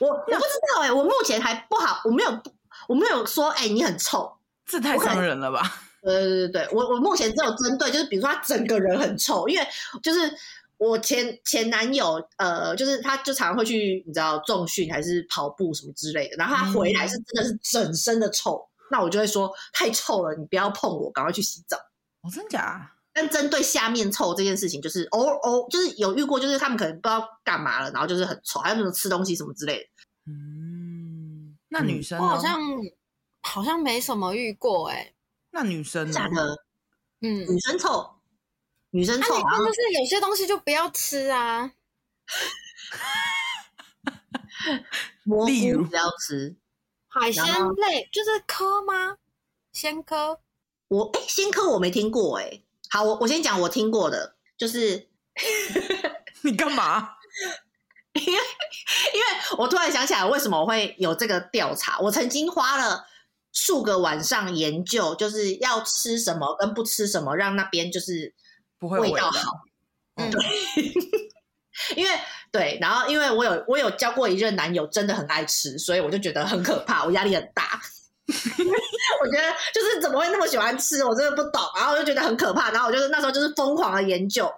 我我不知道哎、我目前还不好，我没有我没有说哎、你很臭。这太伤人了吧？对对对对，我我目前只有针对就是比如说他整个人很臭，因为就是我前前男友呃，就是他就常常会去你知道重训还是跑步什么之类的，然后他回来是真的是整身的臭，那我就会说太臭了，你不要碰我，赶快去洗澡。哦，真假？但针对下面臭这件事情，就是偶偶就是有遇过，就是他们可能不知道干嘛了，然后就是很臭，还有那种吃东西什么之类的。嗯，那嗯女生我呢？好像好像没什么遇过哎、那女生呢假？的，嗯，女生臭，女生那、臭，啊你然真后的是有些东西就不要吃啊，蘑例如菇不要吃。海鲜然后类就是科吗？鲜科我哎、仙科我没听过哎、好，我我先讲我听过的，就是 你干嘛？因为我突然想起来，为什么我会有这个调查？我曾经花了数个晚上研究，就是要吃什么跟不吃什么，让那边就是不会有味道道好。嗯因为对，然后因为我有我有交过一任男友，真的很爱吃，所以我就觉得很可怕，我压力很大。 我觉得就是怎么会那么喜欢吃，我真的不懂。然后我就觉得很可怕，然后我就是那时候就是疯狂的研究，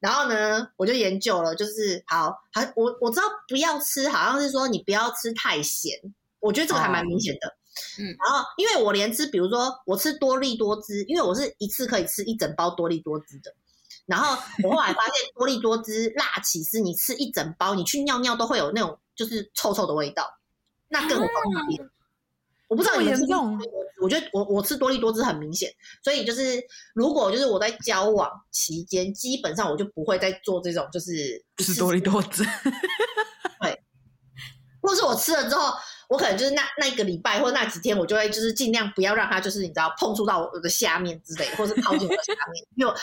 然后呢，我就研究了，就是好，好，我我知道不要吃，好像是说你不要吃太咸，我觉得这个还蛮明显的。嗯然后因为我连吃，比如说我吃多利多汁，因为我是一次可以吃一整包多利多汁的。然后我后来发现多利多汁辣起司，你吃一整包，你去尿尿都会有那种就是臭臭的味道，那更何况那边。我不知道啊这么你们吃严重多利多汁，我觉得我我吃多利多汁很明显，所以就是如果就是我在交往期间，基本上我就不会再做这种就是一是次多利多汁，或是我吃了之后，我可能就是那那一个礼拜或那几天，我就会就是尽量不要让它就是你知道碰触到我的下面之类，或是靠近我的下面， 因为我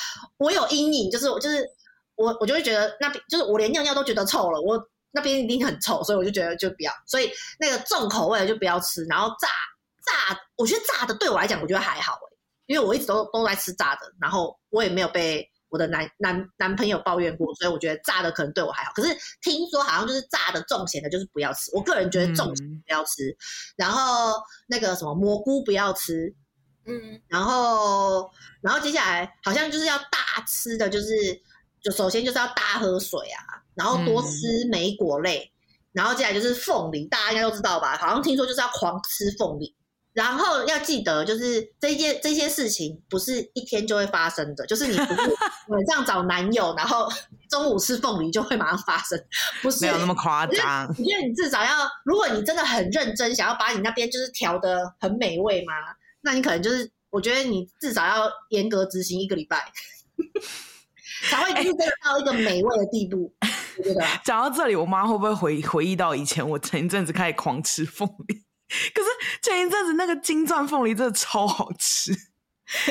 我有阴影，就是我就是我我就会觉得那边就是我连尿尿都觉得臭了，我那边一定很臭，所以我就觉得就不要，所以那个重口味的就不要吃，然后炸炸，我觉得炸的对我来讲我觉得还好、欸、因为我一直都都在吃炸的，然后我也没有被。我的男男男朋友抱怨过，所以我觉得炸的可能对我还好。可是听说好像就是炸的重咸的，就是不要吃。我个人觉得重咸嗯不要吃，然后那个什么蘑菇不要吃，嗯，然后，然后接下来好像就是要大吃的，就是就首先就是要大喝水啊，然后嗯多吃莓果类，然后接下来就是凤梨，大家应该都知道吧？好像听说就是要狂吃凤梨，然后要记得就是这些这些事情不是一天就会发生的，就是你不 是晚上找男友，然后中午吃凤梨就会马上发生，不是没有那么夸张。我觉得你至少要，如果你真的很认真，想要把你那边就是调的很美味嘛，那你可能就是，我觉得你至少要严格执行一个礼拜， 才会就是真的到一个美味的地步，我觉 得啊。讲到这里，我妈会不会回回忆到以前我前一阵子开始狂吃凤梨？ 可是前一阵子那个金钻凤梨真的超好吃，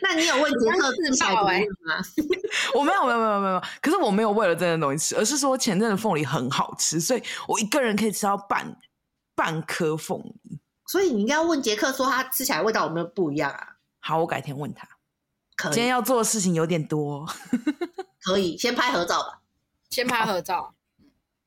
那你有问杰克吃小毒欸吗？我没有没有没有没有，可是我没有为了这件东西吃，而是说前阵子凤梨很好吃，所以我一个人可以吃到半半颗凤梨。所以你应该要问杰克说他吃起来味道有没有不一样啊？好，我改天问他。可今天以，嗯要做的事情有点多，可以，先拍合照吧。先拍合照。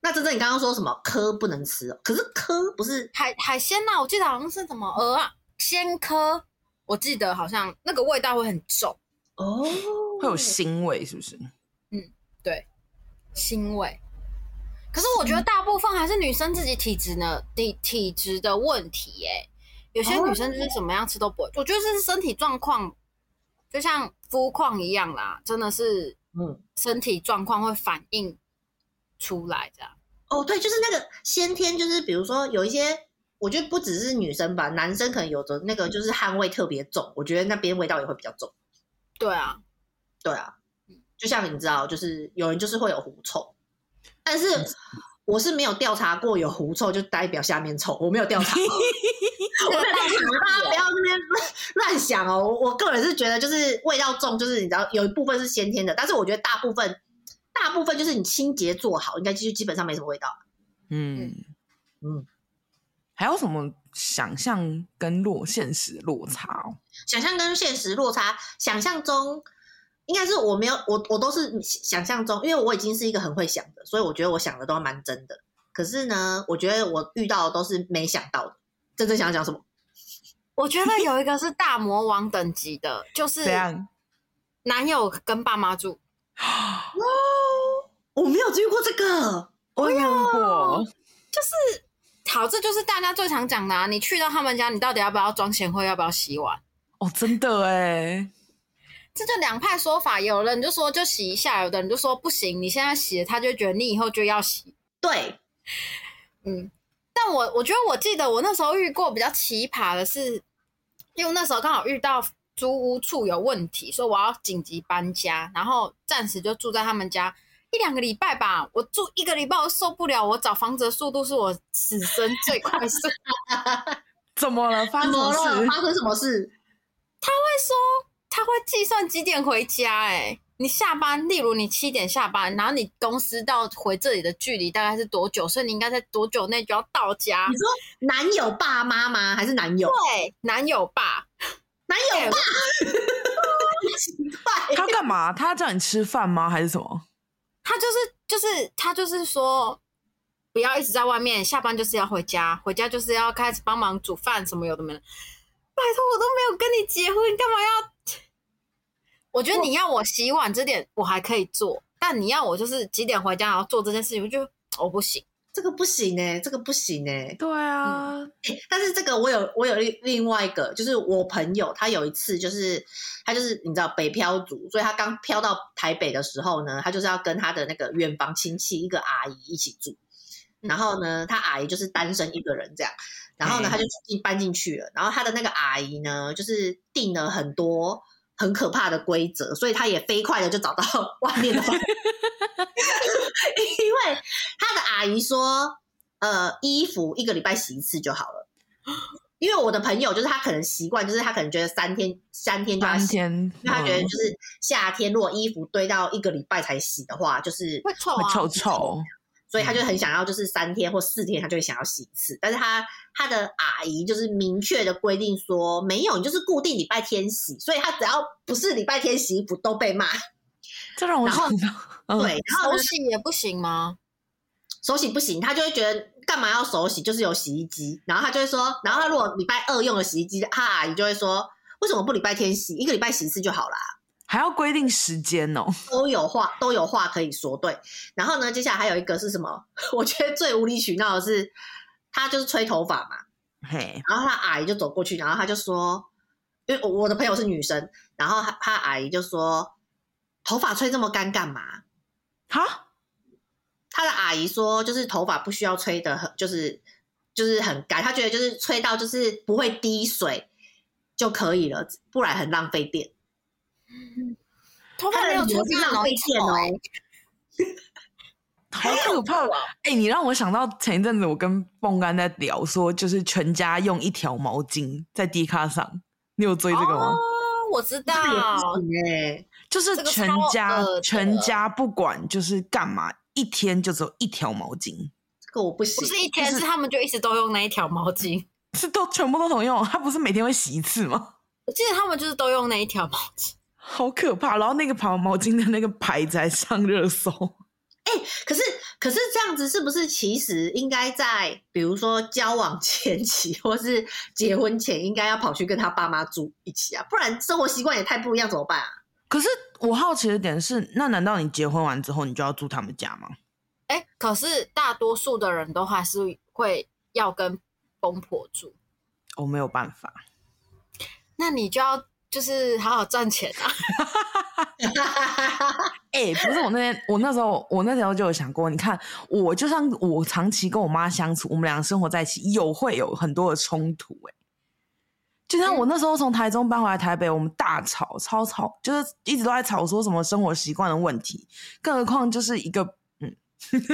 那珍珍，你刚刚说什么科不能吃哦？可是科不 是海海鲜呐、我记得好像是什么鹅啊，鲜科，我记得好像那个味道会很重。哦，会有腥味，是不是？腥味。可是我觉得嗯大部分还是女生自己体质呢，体体质的问题耶、有些哦女生就是怎么样吃都不会，我觉得这是身体状况，就像肤况一样啦，真的是，嗯嗯，身体状况会反映出来这样。哦，对，就是那个先天，就是比如说有一些，我觉得不只是女生吧，男生可能有的那个就是汗味特别重，我觉得那边味道也会比较重。对 啊，对啊，就像你知道，就是有人就是会有狐臭，但是我是没有调查过有狐臭就代表下面臭，我没有调查过，这个大学大家不要这边乱乱想哦。我我个人是觉得就是味道重，就是你知道有一部分是先天的，但是我觉得大部分大部分就是你清洁做好，应该就基本上没什么味道。嗯嗯嗯，还有什么想象跟落现实落差哦？想象跟现实落差，想象中应该是我没有我我都是想象中，因为我已经是一个很会想的，所以我觉得我想的都蛮真的。可是呢，我觉得我遇到的都是没想到的。真正想要讲什么？我觉得有一个是大魔王等级的，就是嗯怎样？男友跟爸妈住，我没有遇过这个，我有遇过，好，这就是大家最常讲的、啊，你去到他们家，你到底要不要装贤惠，要不要洗碗？哦，真的哎，这就两派说法，有人就说就洗一下，有的人就说不行，你现在洗了，他就会觉得你以后就要洗。对，嗯，但我我觉得我记得我那时候遇过比较奇葩的是，因为那时候刚好遇到租屋处有问题，说我要紧急搬家，然后暂时就住在他们家一两个礼拜吧。我住一个礼拜我受不了，我找房子的速度是我此生最快速。怎么了？发怎生什么么了？事？发生什么事？他会计算几点回家、欸，你下班，例如你七点下班，然后你公司到回这里的距离大概是多久？所以你应该在多久内就要到家你？说男友爸妈吗？还是男友？对，男友吧，男友爸，奇怪，他干嘛？他叫你吃饭吗？还是什么？他就是就是他就是说，不要一直在外面，下班就是要回家，回家就是要开始帮忙煮饭什么有的没的。拜托，我都没有跟你结婚，干嘛要？我觉得你要我洗碗这点我还可以做，但你要我就是几点回家然后做这件事情，我就我不行。这个不行哎、这个不行哎、对啊，但是这个我有我有另另外一个，就是我朋友他有一次就是他就是你知道北漂族，所以他刚漂到台北的时候呢，他就是要跟他的那个远房亲戚一个阿姨一起住，然后呢，他阿姨就是单身一个人这样，然后呢嗯他就进搬进去了，然后他的那个阿姨呢就是定了很多。很可怕的规则，所以他也飞快的就找到 外面的房子， 因为他的阿姨说，呃，衣服一个礼拜洗一次就好了。因为我的朋友就是他可能习惯，就是他可能觉得三天三天就要三洗，天，因为他觉得嗯就是夏天如果衣服堆到一个礼拜才洗的话，就是会臭会嗯啊，臭臭，所以他就很想要就是三天或四天他就会想要洗一次，但是他他的阿姨就是明确的规定说没有，你就是固定礼拜天洗，所以他只要不是礼拜天洗衣服都被骂。这让我然后想到，嗯对，然后手呢洗也不行吗？手洗不行，他就会觉得干嘛要手洗，就是有洗衣机，然后他就会说，然后他如果礼拜二用了洗衣机，他阿姨就会说。为什么不礼拜天洗？一个礼拜洗一次就好啦。还要规定时间哦。都有话都有话可以说，对。然后呢，接下来还有一个是什么？ 我觉得最无理取闹的是，他就是吹头发嘛，嘿，然后他阿姨就走过去，然后他就说，因为我我的朋友是女生，然后他他阿姨就说，头发吹这么干干嘛？哈，他的阿姨说，就是头发不需要吹的很，就是就是很干，她觉得就是吹到就是不会滴水就可以了，不然很浪费电。头发没有吹是干浪容费易电臭哦欸，好可怕！ 哎、你让我想到前一阵子我跟蹦干在聊说，就是全家用一条毛巾在 D 卡上，你有追这个吗？哦，我知道，哦哎、就是这个全超家恶的全家不管就是干嘛，一天就只有一条毛巾，这个我不行不。是一天，是他们就一直都用那一条毛巾。是都全部都同用，他不是每天会洗一次吗？ 我记得他们就是都用那一条毛巾，好可怕！然后那个跑毛巾的那个牌子还上热搜，可是，可是这样子是不是其实应该在比如说交往前期，或是结婚前，应该要跑去跟他爸妈住一起啊？不然生活习惯也太不一样，怎么办啊？可可是我好奇的点是，那难道你结婚完之后你就要住他们家吗？哎、可是大多数的人都还是会要跟公婆住，我哦没有办法，那你就要就是好好赚钱啊。 哎、不是我那天，我那时候，我那时候就有想过，你看，我就算我长期跟我妈相处，我们俩生活在一起，有会有很多的冲突、欸，哎，就像我那时候从台中搬回来台北，我们大吵，超吵，就是一直都在吵说什么生活习惯的问题，更何况就是一个嗯，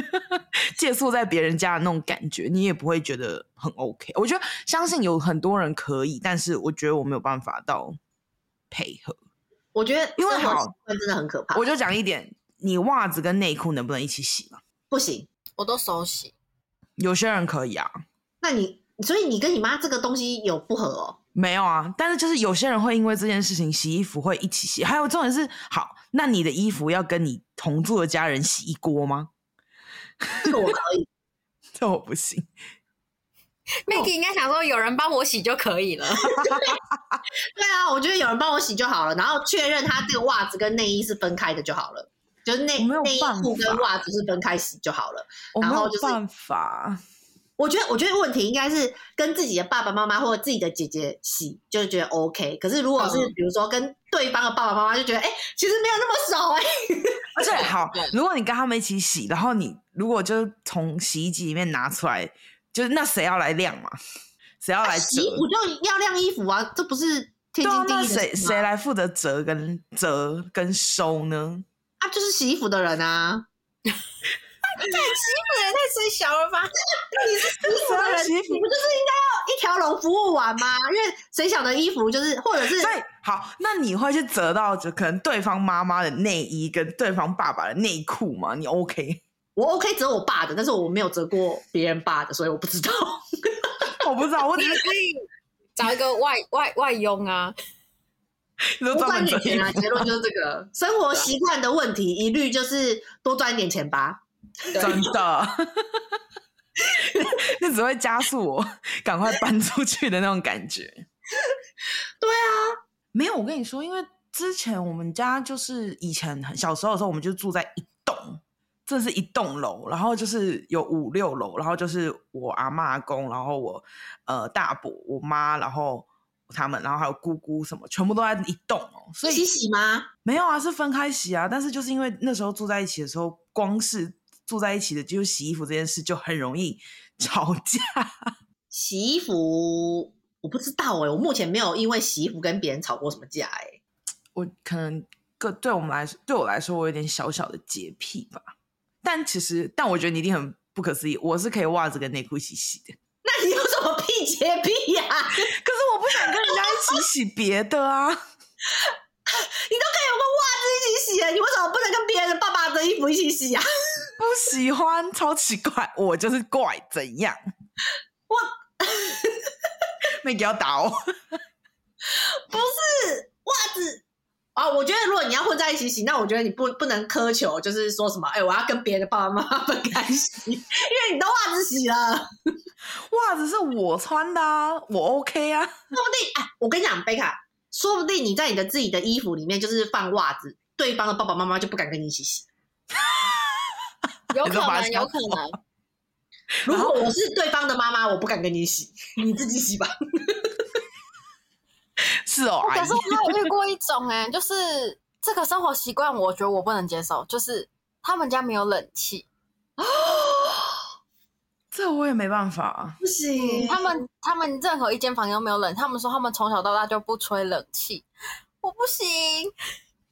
借宿在别人家的那种感觉，你也不会觉得很 OK。我觉得相信有很多人可以，但是我觉得我没有办法到配合。我觉得因为生活好习惯真的很可怕，我就讲一点，你袜子跟内裤能不能一起洗嘛？不行。我都熟悉，有些人可以啊，那你所以你跟你妈这个东西有不合哦？ 没有啊，但是就是有些人会因为这件事情洗衣服会一起洗，还有重点是，好，那你的衣服要跟你同住的家人洗一锅吗？这个我可以，这我不行， Maggie 应该想说有人帮我洗就可以 了。对啊，我觉得有人帮我洗就好了，然后确认他这个袜子跟内衣是分开的就好了，就是内我没有内衣办裤跟法袜子是分开洗就好了。我没然后有就是办法。我觉得，我觉得问题应该是跟自己的爸爸妈妈或者自己的姐姐洗，就觉得 OK。可是如果是嗯比如说跟对方的爸爸妈妈，就觉得哎、其实没有那么 熟哎、而且好对，如果你跟他们一起洗，然后你如果就是从洗衣机里面拿出来，就是那谁要来晾嘛？谁要来折？啊洗衣服就要晾衣服啊，这不是天对啊经，地那义的谁事吗谁来负责折跟折跟收呢？啊，就是洗衣服的人啊，这也太虽小了吧？谁要来洗衣服你不就是应该要一条龙服务完吗？因为谁想的衣服就是，或者是所以好，那你会去折到就可能对方妈妈的内衣跟对方爸爸的内裤吗？你 OK？我 OK 折我爸的，但是我没有折过别人爸的，所以我 不知道。我不知道，我只你还是可以找一个外外外佣 啊，你都多专赚门折点衣钱啊，服，结论就是这个生活习惯的问题，一律就是多赚一点钱吧。真的， 那只会加速我赶快搬出去的那种感觉。对啊，没有，我跟你说，因为之前我们家就是以前很小时候的时候，我们就住在一栋，这是一栋楼，然后就是有五六楼，然后就是我阿妈阿公，然后我呃大伯、我妈，然后他们，然后还有姑姑什么，全部都在一栋哦，所一以起洗吗？没有啊，是分开洗啊。但是就是因为那时候住在一起的时候，光是住在一起的，就是洗衣服这件事就很容易 吵架。洗衣服我不知道哎、我目前没有因为洗衣服跟别人吵过什么架哎、我可能个对我们来说，对我来说，我有点小小的洁癖吧。但其实，但我觉得你一定很不可思议，我是可以袜子跟内裤一起洗的，那你有什么屁洁癖啊呀、可是我不想跟人家一起洗别的啊。你都可以跟袜子一起洗了，你为什么不能跟别人的爸爸的衣服一起洗啊？不喜欢，超奇怪，我就是怪，怎样？ 我那个要打哦我，是袜子。啊，我觉得如果你要混在一起洗，那我觉得你不不能苛求，就是说什么，哎、我要跟别人的爸爸妈妈分开洗，因 为你都袜子洗了。 袜子是我穿的啊，我 OK 啊。哎我跟你讲，贝卡，说不定你在你的自己的衣服里面就是放袜子，对方的爸爸妈妈就不敢跟你一起洗。有你都可把它能，想有可能。如果我是对方的妈妈，我不敢跟你洗， 你自己洗吧。是哦，阿可姨是。我有遇过一种哎、就是这个生活习惯，我觉得我不能接受，就是他们家没有冷气，这我也没办法啊。不行他们他们任何一间房间都没有冷，他们说他们从小到大就不吹冷气，我不行，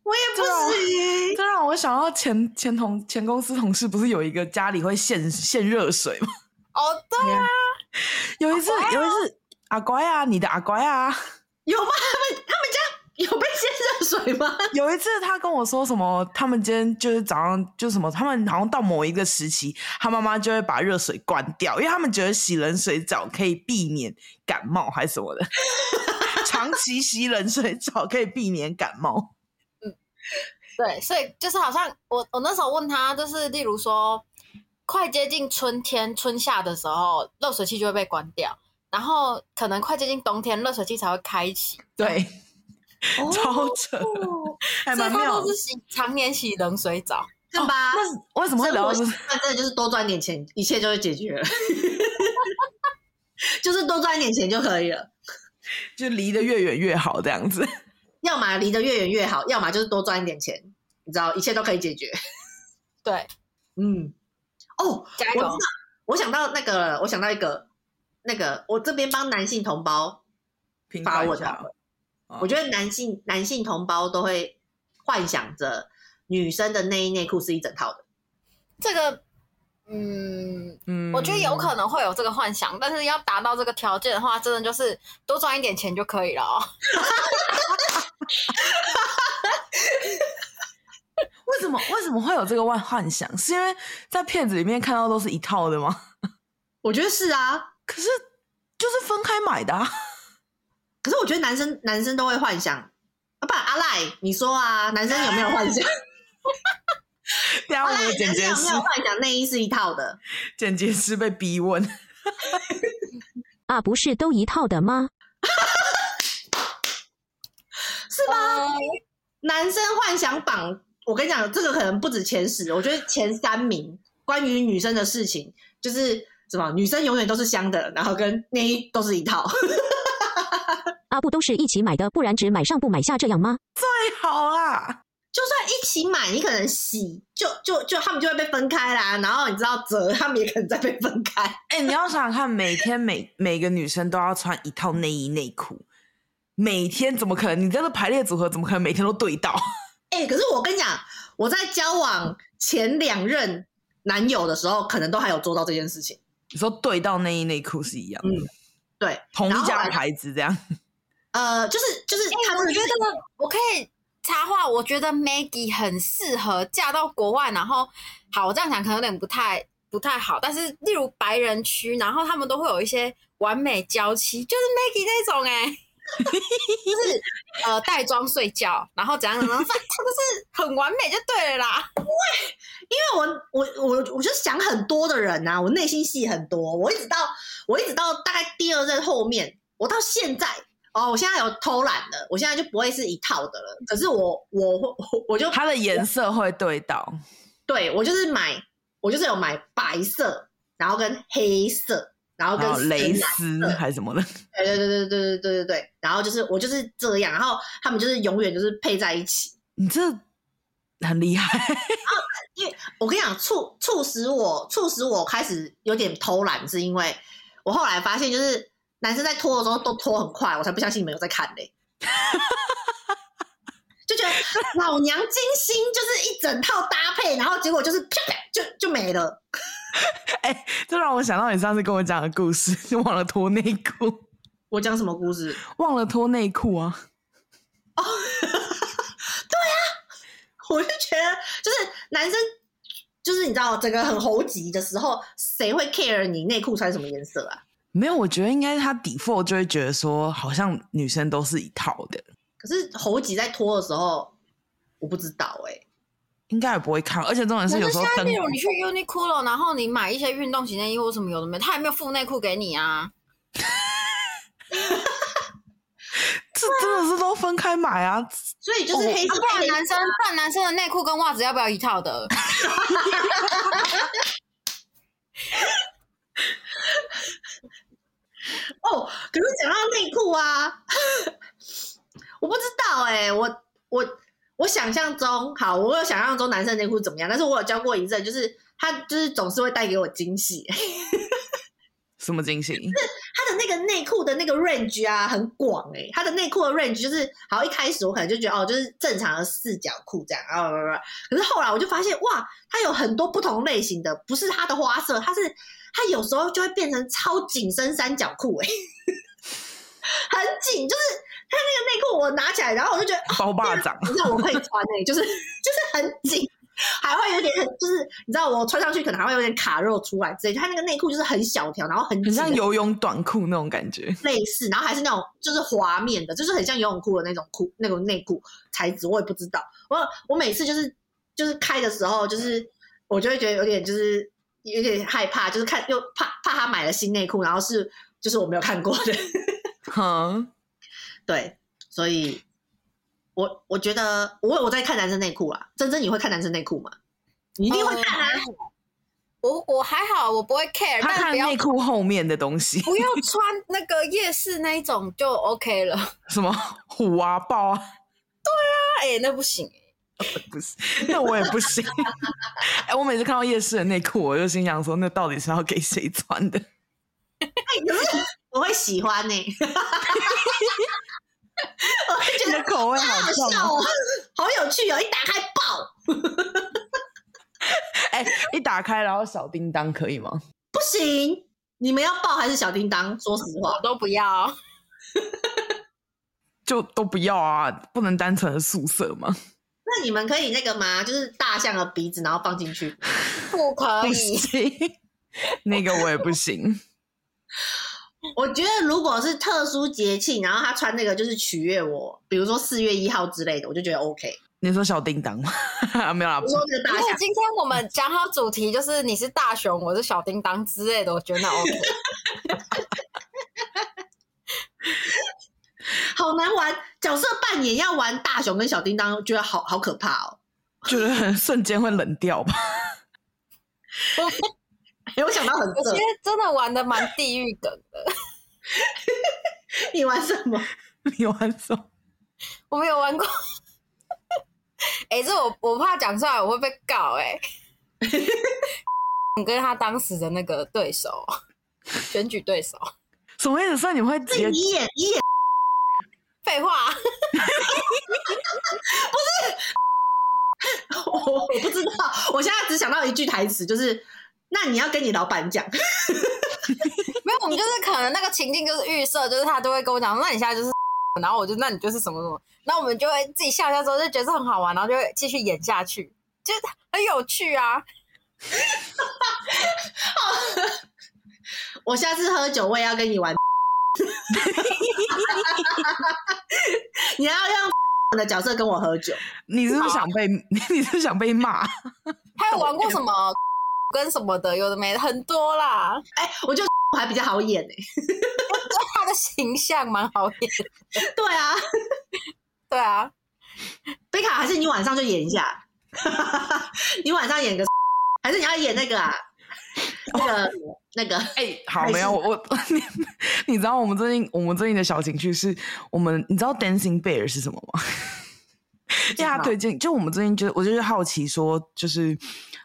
我也不行。这让我想到前前同前公司同事不是有一个家里会限限热水吗？ 哦对啊，有一次，有一次，阿乖啊，你的阿乖啊， 有吗？他们他们家有被限热水吗？有一次他跟我说什么，他们今天就是早上就什么，他们好像到某一个时期，他妈妈就会把热水关掉，因为他们觉得洗冷水澡可以避免感冒还是什么的， 长期洗冷水澡可以避免感冒。对，所以就是好像我我那时候问他，就是例如说，快接近春天、春夏的时候，热水器就会被关掉，然后可能快接近冬天，热水器才会开启。对，超扯。哦还哦所以蛮他妙都。是洗常年洗冷水澡。看吧。那是为什么会聊到这生活？习惯真的就是多赚点钱，一切就会解决了， 就是多赚一点钱就可以了。就离得越远越好这样子。要么离得越远越好，要么就是多赚一点钱，你知道，一切都可以解决。对，嗯，哦，加我知油道！，我想到那个了，我想到一个，那个我这边帮男性同胞， 平发凡问一下好哦，我觉得男性男性同胞都会幻想着女生的内衣内裤是一整套的，这个，嗯，嗯我觉得有可能会有这个幻想，但是要达到这个条件的话，真的就是多赚一点钱就可以了哦。为什么为什么会有这个幻幻想？是因为在片子里面看到都是一套的吗？我觉得是啊。 可是就是分开买 的、啊，可是我觉得男生男生都会幻想，啊，不然阿赖，你说啊，男生有没有幻 想？然后我阿们赖的剪哎男生接有师没有幻想内衣是一套的？ 剪接师被逼 问，啊，不是都一套的吗？是吧？男生幻想榜，我跟你讲，这个可能不止前十，我觉得前三名关于女生的事情，就是什么女生永远都是香的，然后跟内衣都是一套。 啊，不都是一起买的，不然只买上不买下这样吗？太好啦！就算一起买，你可能洗就就就他们就会被分开啦，然后你知道折，他们也可能再被分开。哎、你要想想看，每天每每个女生都要穿一套内衣内裤，每天怎么可能？你这个排列组合怎么可能每天都对到？ 哎、可是我跟你讲，我在交往前两任男友的时候，可能都还有做到这件事情。你说对到内衣内裤是一样的，嗯对，同一然后后家来的牌子这样。呃，就是就是他欸我真的觉是得 我可以插话，我觉得 Maggie 很适合嫁到国外，然后好，我这样讲可能有点不太不太好，但是例如白人区，然后他们都会有一些完美娇妻，就是 Maggie 那种哎、 就是呃带妆睡觉，然后怎样怎样，反正她就是很完美就对了啦。因为我我我我就想很多的人呐、啊，我内心戏很多，我一直到我一直到大概第二任后面，我到现在哦，我现在有偷懒了，我现在就不会是一套的了。可是我我我我就它的颜色会对到，对我就是买，我就是有买白色，然后跟黑色，哦然后然后跟蕾深蓝丝还是什么的，对对对对对对对对对，然后就是我就是这样，然后他们就是永远就是配在一起。你这很厉害。 我跟你讲，促促使我促使我开始有点偷懒，是因为我后来发现，就是男生在拖的时候都拖很快，我才不相信你们有在看嘞、就觉得老娘精心就是一整套搭配，然后结果就是啪啪就就没了。这让我想到你上次跟我讲的故事，就忘了脱内裤，我讲什么故事？忘了脱内裤啊！我就觉得，就是男生，就是你知道，整个很猴急的时候，谁会 care 你内裤穿什么颜色啊？没有，我觉得应该他 default 就会觉得说，好像女生都是一套的，可是猴急在拖的时候，我不知道哎、应该也不会看。而且重点可是有是时现候在灯例如你去 Uniqlo，然后你买一些运动型内衣或什么有的没，他也没有附内裤给你啊。这真的是都分开买啊！所以就是黑啊色不然配黑男生，不然男生的内裤跟袜子要不要一套的？哦，可是讲到内裤啊， 我不知道哎、我我我想象中，好，我有想象中男生内裤怎么样，但是我有教过一阵，就是他就是总是会带给我惊喜、什么惊喜？他的那个内裤的那个 range 啊，很广哎、他的内裤的 range 就是，好一开始我可能就觉得哦，就是正常的四角裤这样啊，不不不，可是后来我就发现哇，它有很多不同类型的，不是它的花色，它是它有时候就会变成超紧身三角裤哎、 很紧，就是它那个内裤我拿起来，然后我就觉得包霸掌，不是我可以穿诶、 就是就是很紧，还会有点很，就是你知道我穿上去可能还会有点卡肉出来之类的。它那个内裤就是很小条，然后很很紧像游泳短裤那种感觉。类似，然后还是那种就是滑面的，就是很像游泳裤的那种裤，那种内裤材质，我也不知道。我我每次就是就是开的时候，就是我就会觉得有点就是有点害怕，就是看又怕怕他买了新内裤，然后是 嗯就是我没有看过的，哼，对，所以。我我觉得我我在看男生内裤啊，珍珍你会看男生内裤吗？你一定会看哦啊！呃我我还好，我不会 care，他但看不要内裤后面的东西，不要穿那个夜市那一种就 OK 了。什么虎啊、豹啊，哎、那不行，不是，那我也不行。哎、我每次看到夜市的内裤，我就心想说，那到底是要给谁 穿的？我会喜欢呢、我会觉你的得口味好好重笑哦！哦，好有趣哦！一打开爆，哎、一打开然后小叮当可以吗？不行，你们要爆还是小叮当？说实话我，都不要。就都不要啊，不能单纯的素色吗？那你们可以那个吗？就是大象的鼻子，然后放进去。不可不以，行，那个我也不行。我觉得如果是特殊节庆，然后他穿那个就是取悦我，比如说四月一号之类的，我就觉得 OK。你说小叮当吗？ 没有啦，比如说那如个大果象，今天我们讲好主题，就是你是大熊，我是小叮当之类的，我觉得那 OK。好难玩，角色扮演要玩大熊跟小叮当，觉得好好可怕哦。觉得很瞬间会冷掉吧。 哎，我想到很有色些，真的玩的蛮地狱梗的。你玩什么？你玩什么？我没有玩过。哎、这我我怕讲出来我会被告哎、你跟他当时的那个对手，选举对手，什么意思？所以你会直接你演你演 废话，我，我不知道，我现在只想到一句台词，就是那你要跟你老板讲，没有，我们就是可能那个情境就是预设，就是他都会跟我讲，那你现在就是，然后我就那你就是什么什么，那我们就会自己笑一笑之后就觉得这很好玩，然后就会继续演下去，就是很有趣啊。我下次喝酒我也要跟你玩。 你要用我的角色跟我喝酒，你是不是想被 你是不是想被骂？还有玩过什么跟什么的，有的没的很多啦，哎、我就我还比较好演呢、就他的形象蛮好演的，对啊，对啊。 贝卡，还是你晚上就演一下， 你晚上演个， 还是你要演那个啊？那个那个，哎、好，还是没有我， 我你你知道我们最近我们最近的小情绪是我们，你知道 Dancing Bear 是什么吗？ 因为他推荐，就我们最近就我就是好奇说，就是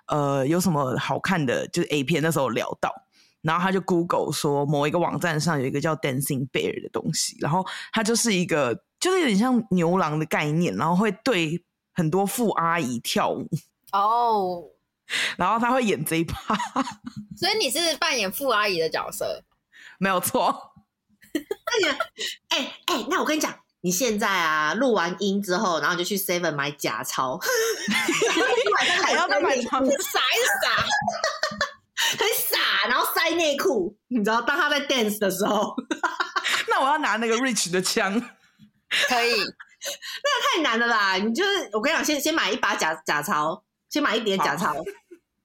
呃有什么好看的，就是 A 片那时候有聊到，然后他就 Google 说某一个网站上有一个叫 Dancing Bear 的东西，然后它就是一个就是有点像牛郎的概念，然后会对很多富阿姨跳舞，哦，然后他会演这一趴，所以你是扮演傅阿姨的角色，没有错。 那你哎哎，那我跟你讲，你现在啊录完音之后，然后你就去 Seven 买假钞， 你晚上还要再再买床傻一傻，很傻，然后塞内裤，你知道，当他在 dance 的时候，那我要拿那个 Rich 的枪，可以，太难了啦！你就是我跟你讲，先先买一把假假钞，先买一叠假钞，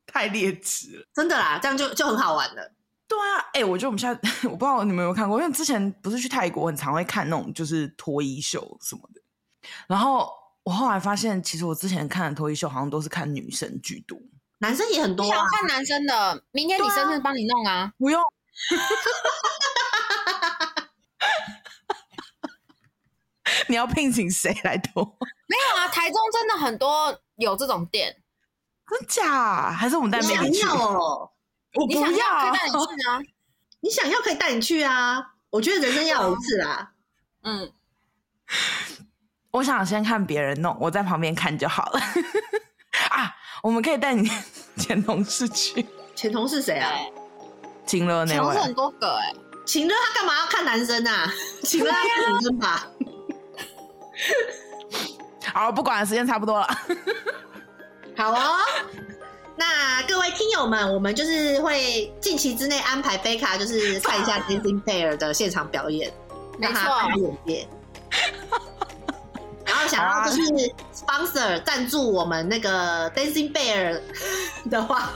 太劣质了。真的啦，这样就就很好玩了。对啊，哎、我觉得我们现在 我不知道你们有没有看过，因为之前不是去泰国很常会看那种就是脱衣秀什么的，然后我后来发现，其实我之前看的脱衣秀好像都是看女生居多，男生也很你 多想啊，看男生的，明天你生日帮你弄啊，不用。 你要聘请谁来脱？没有啊，台中真的很多有这种店，真假？还是我们带你妹想妹去？要哦，我你不想要要可以带你去啊，你想要可以带你去啊。我觉得人生要有一次 啦，嗯，我想先看别人弄，我在旁边看就好了。 啊，我们可以带你 前同事去，前同事谁啊？ 对，晴了那同位是，很多个哎，请了他干嘛要看男生啊？ 请了他看女生吧。好，哦不管了时间差不多了，好哦，那各位听友们，我们就是会近期之内安排贝卡，就是看一下 Dancing Bear 的现场表演，让他没错开眼界。然后想要就是 sponsor 赞助我们那个 Dancing Bear 的话，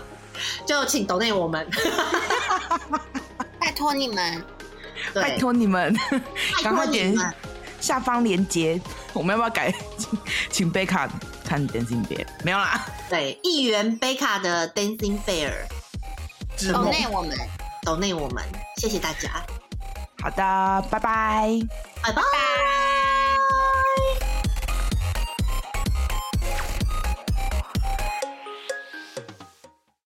就请抖内我们。拜托你们，对，拜托你们，拜赶托快你点们，下方连接。我们要不要改？请请贝卡看 Dancing Bear 没有啦，对，议员贝卡的 Dancing Bear 志抖梦。内我们。抖内我们，谢谢大家，好的，拜拜。拜拜。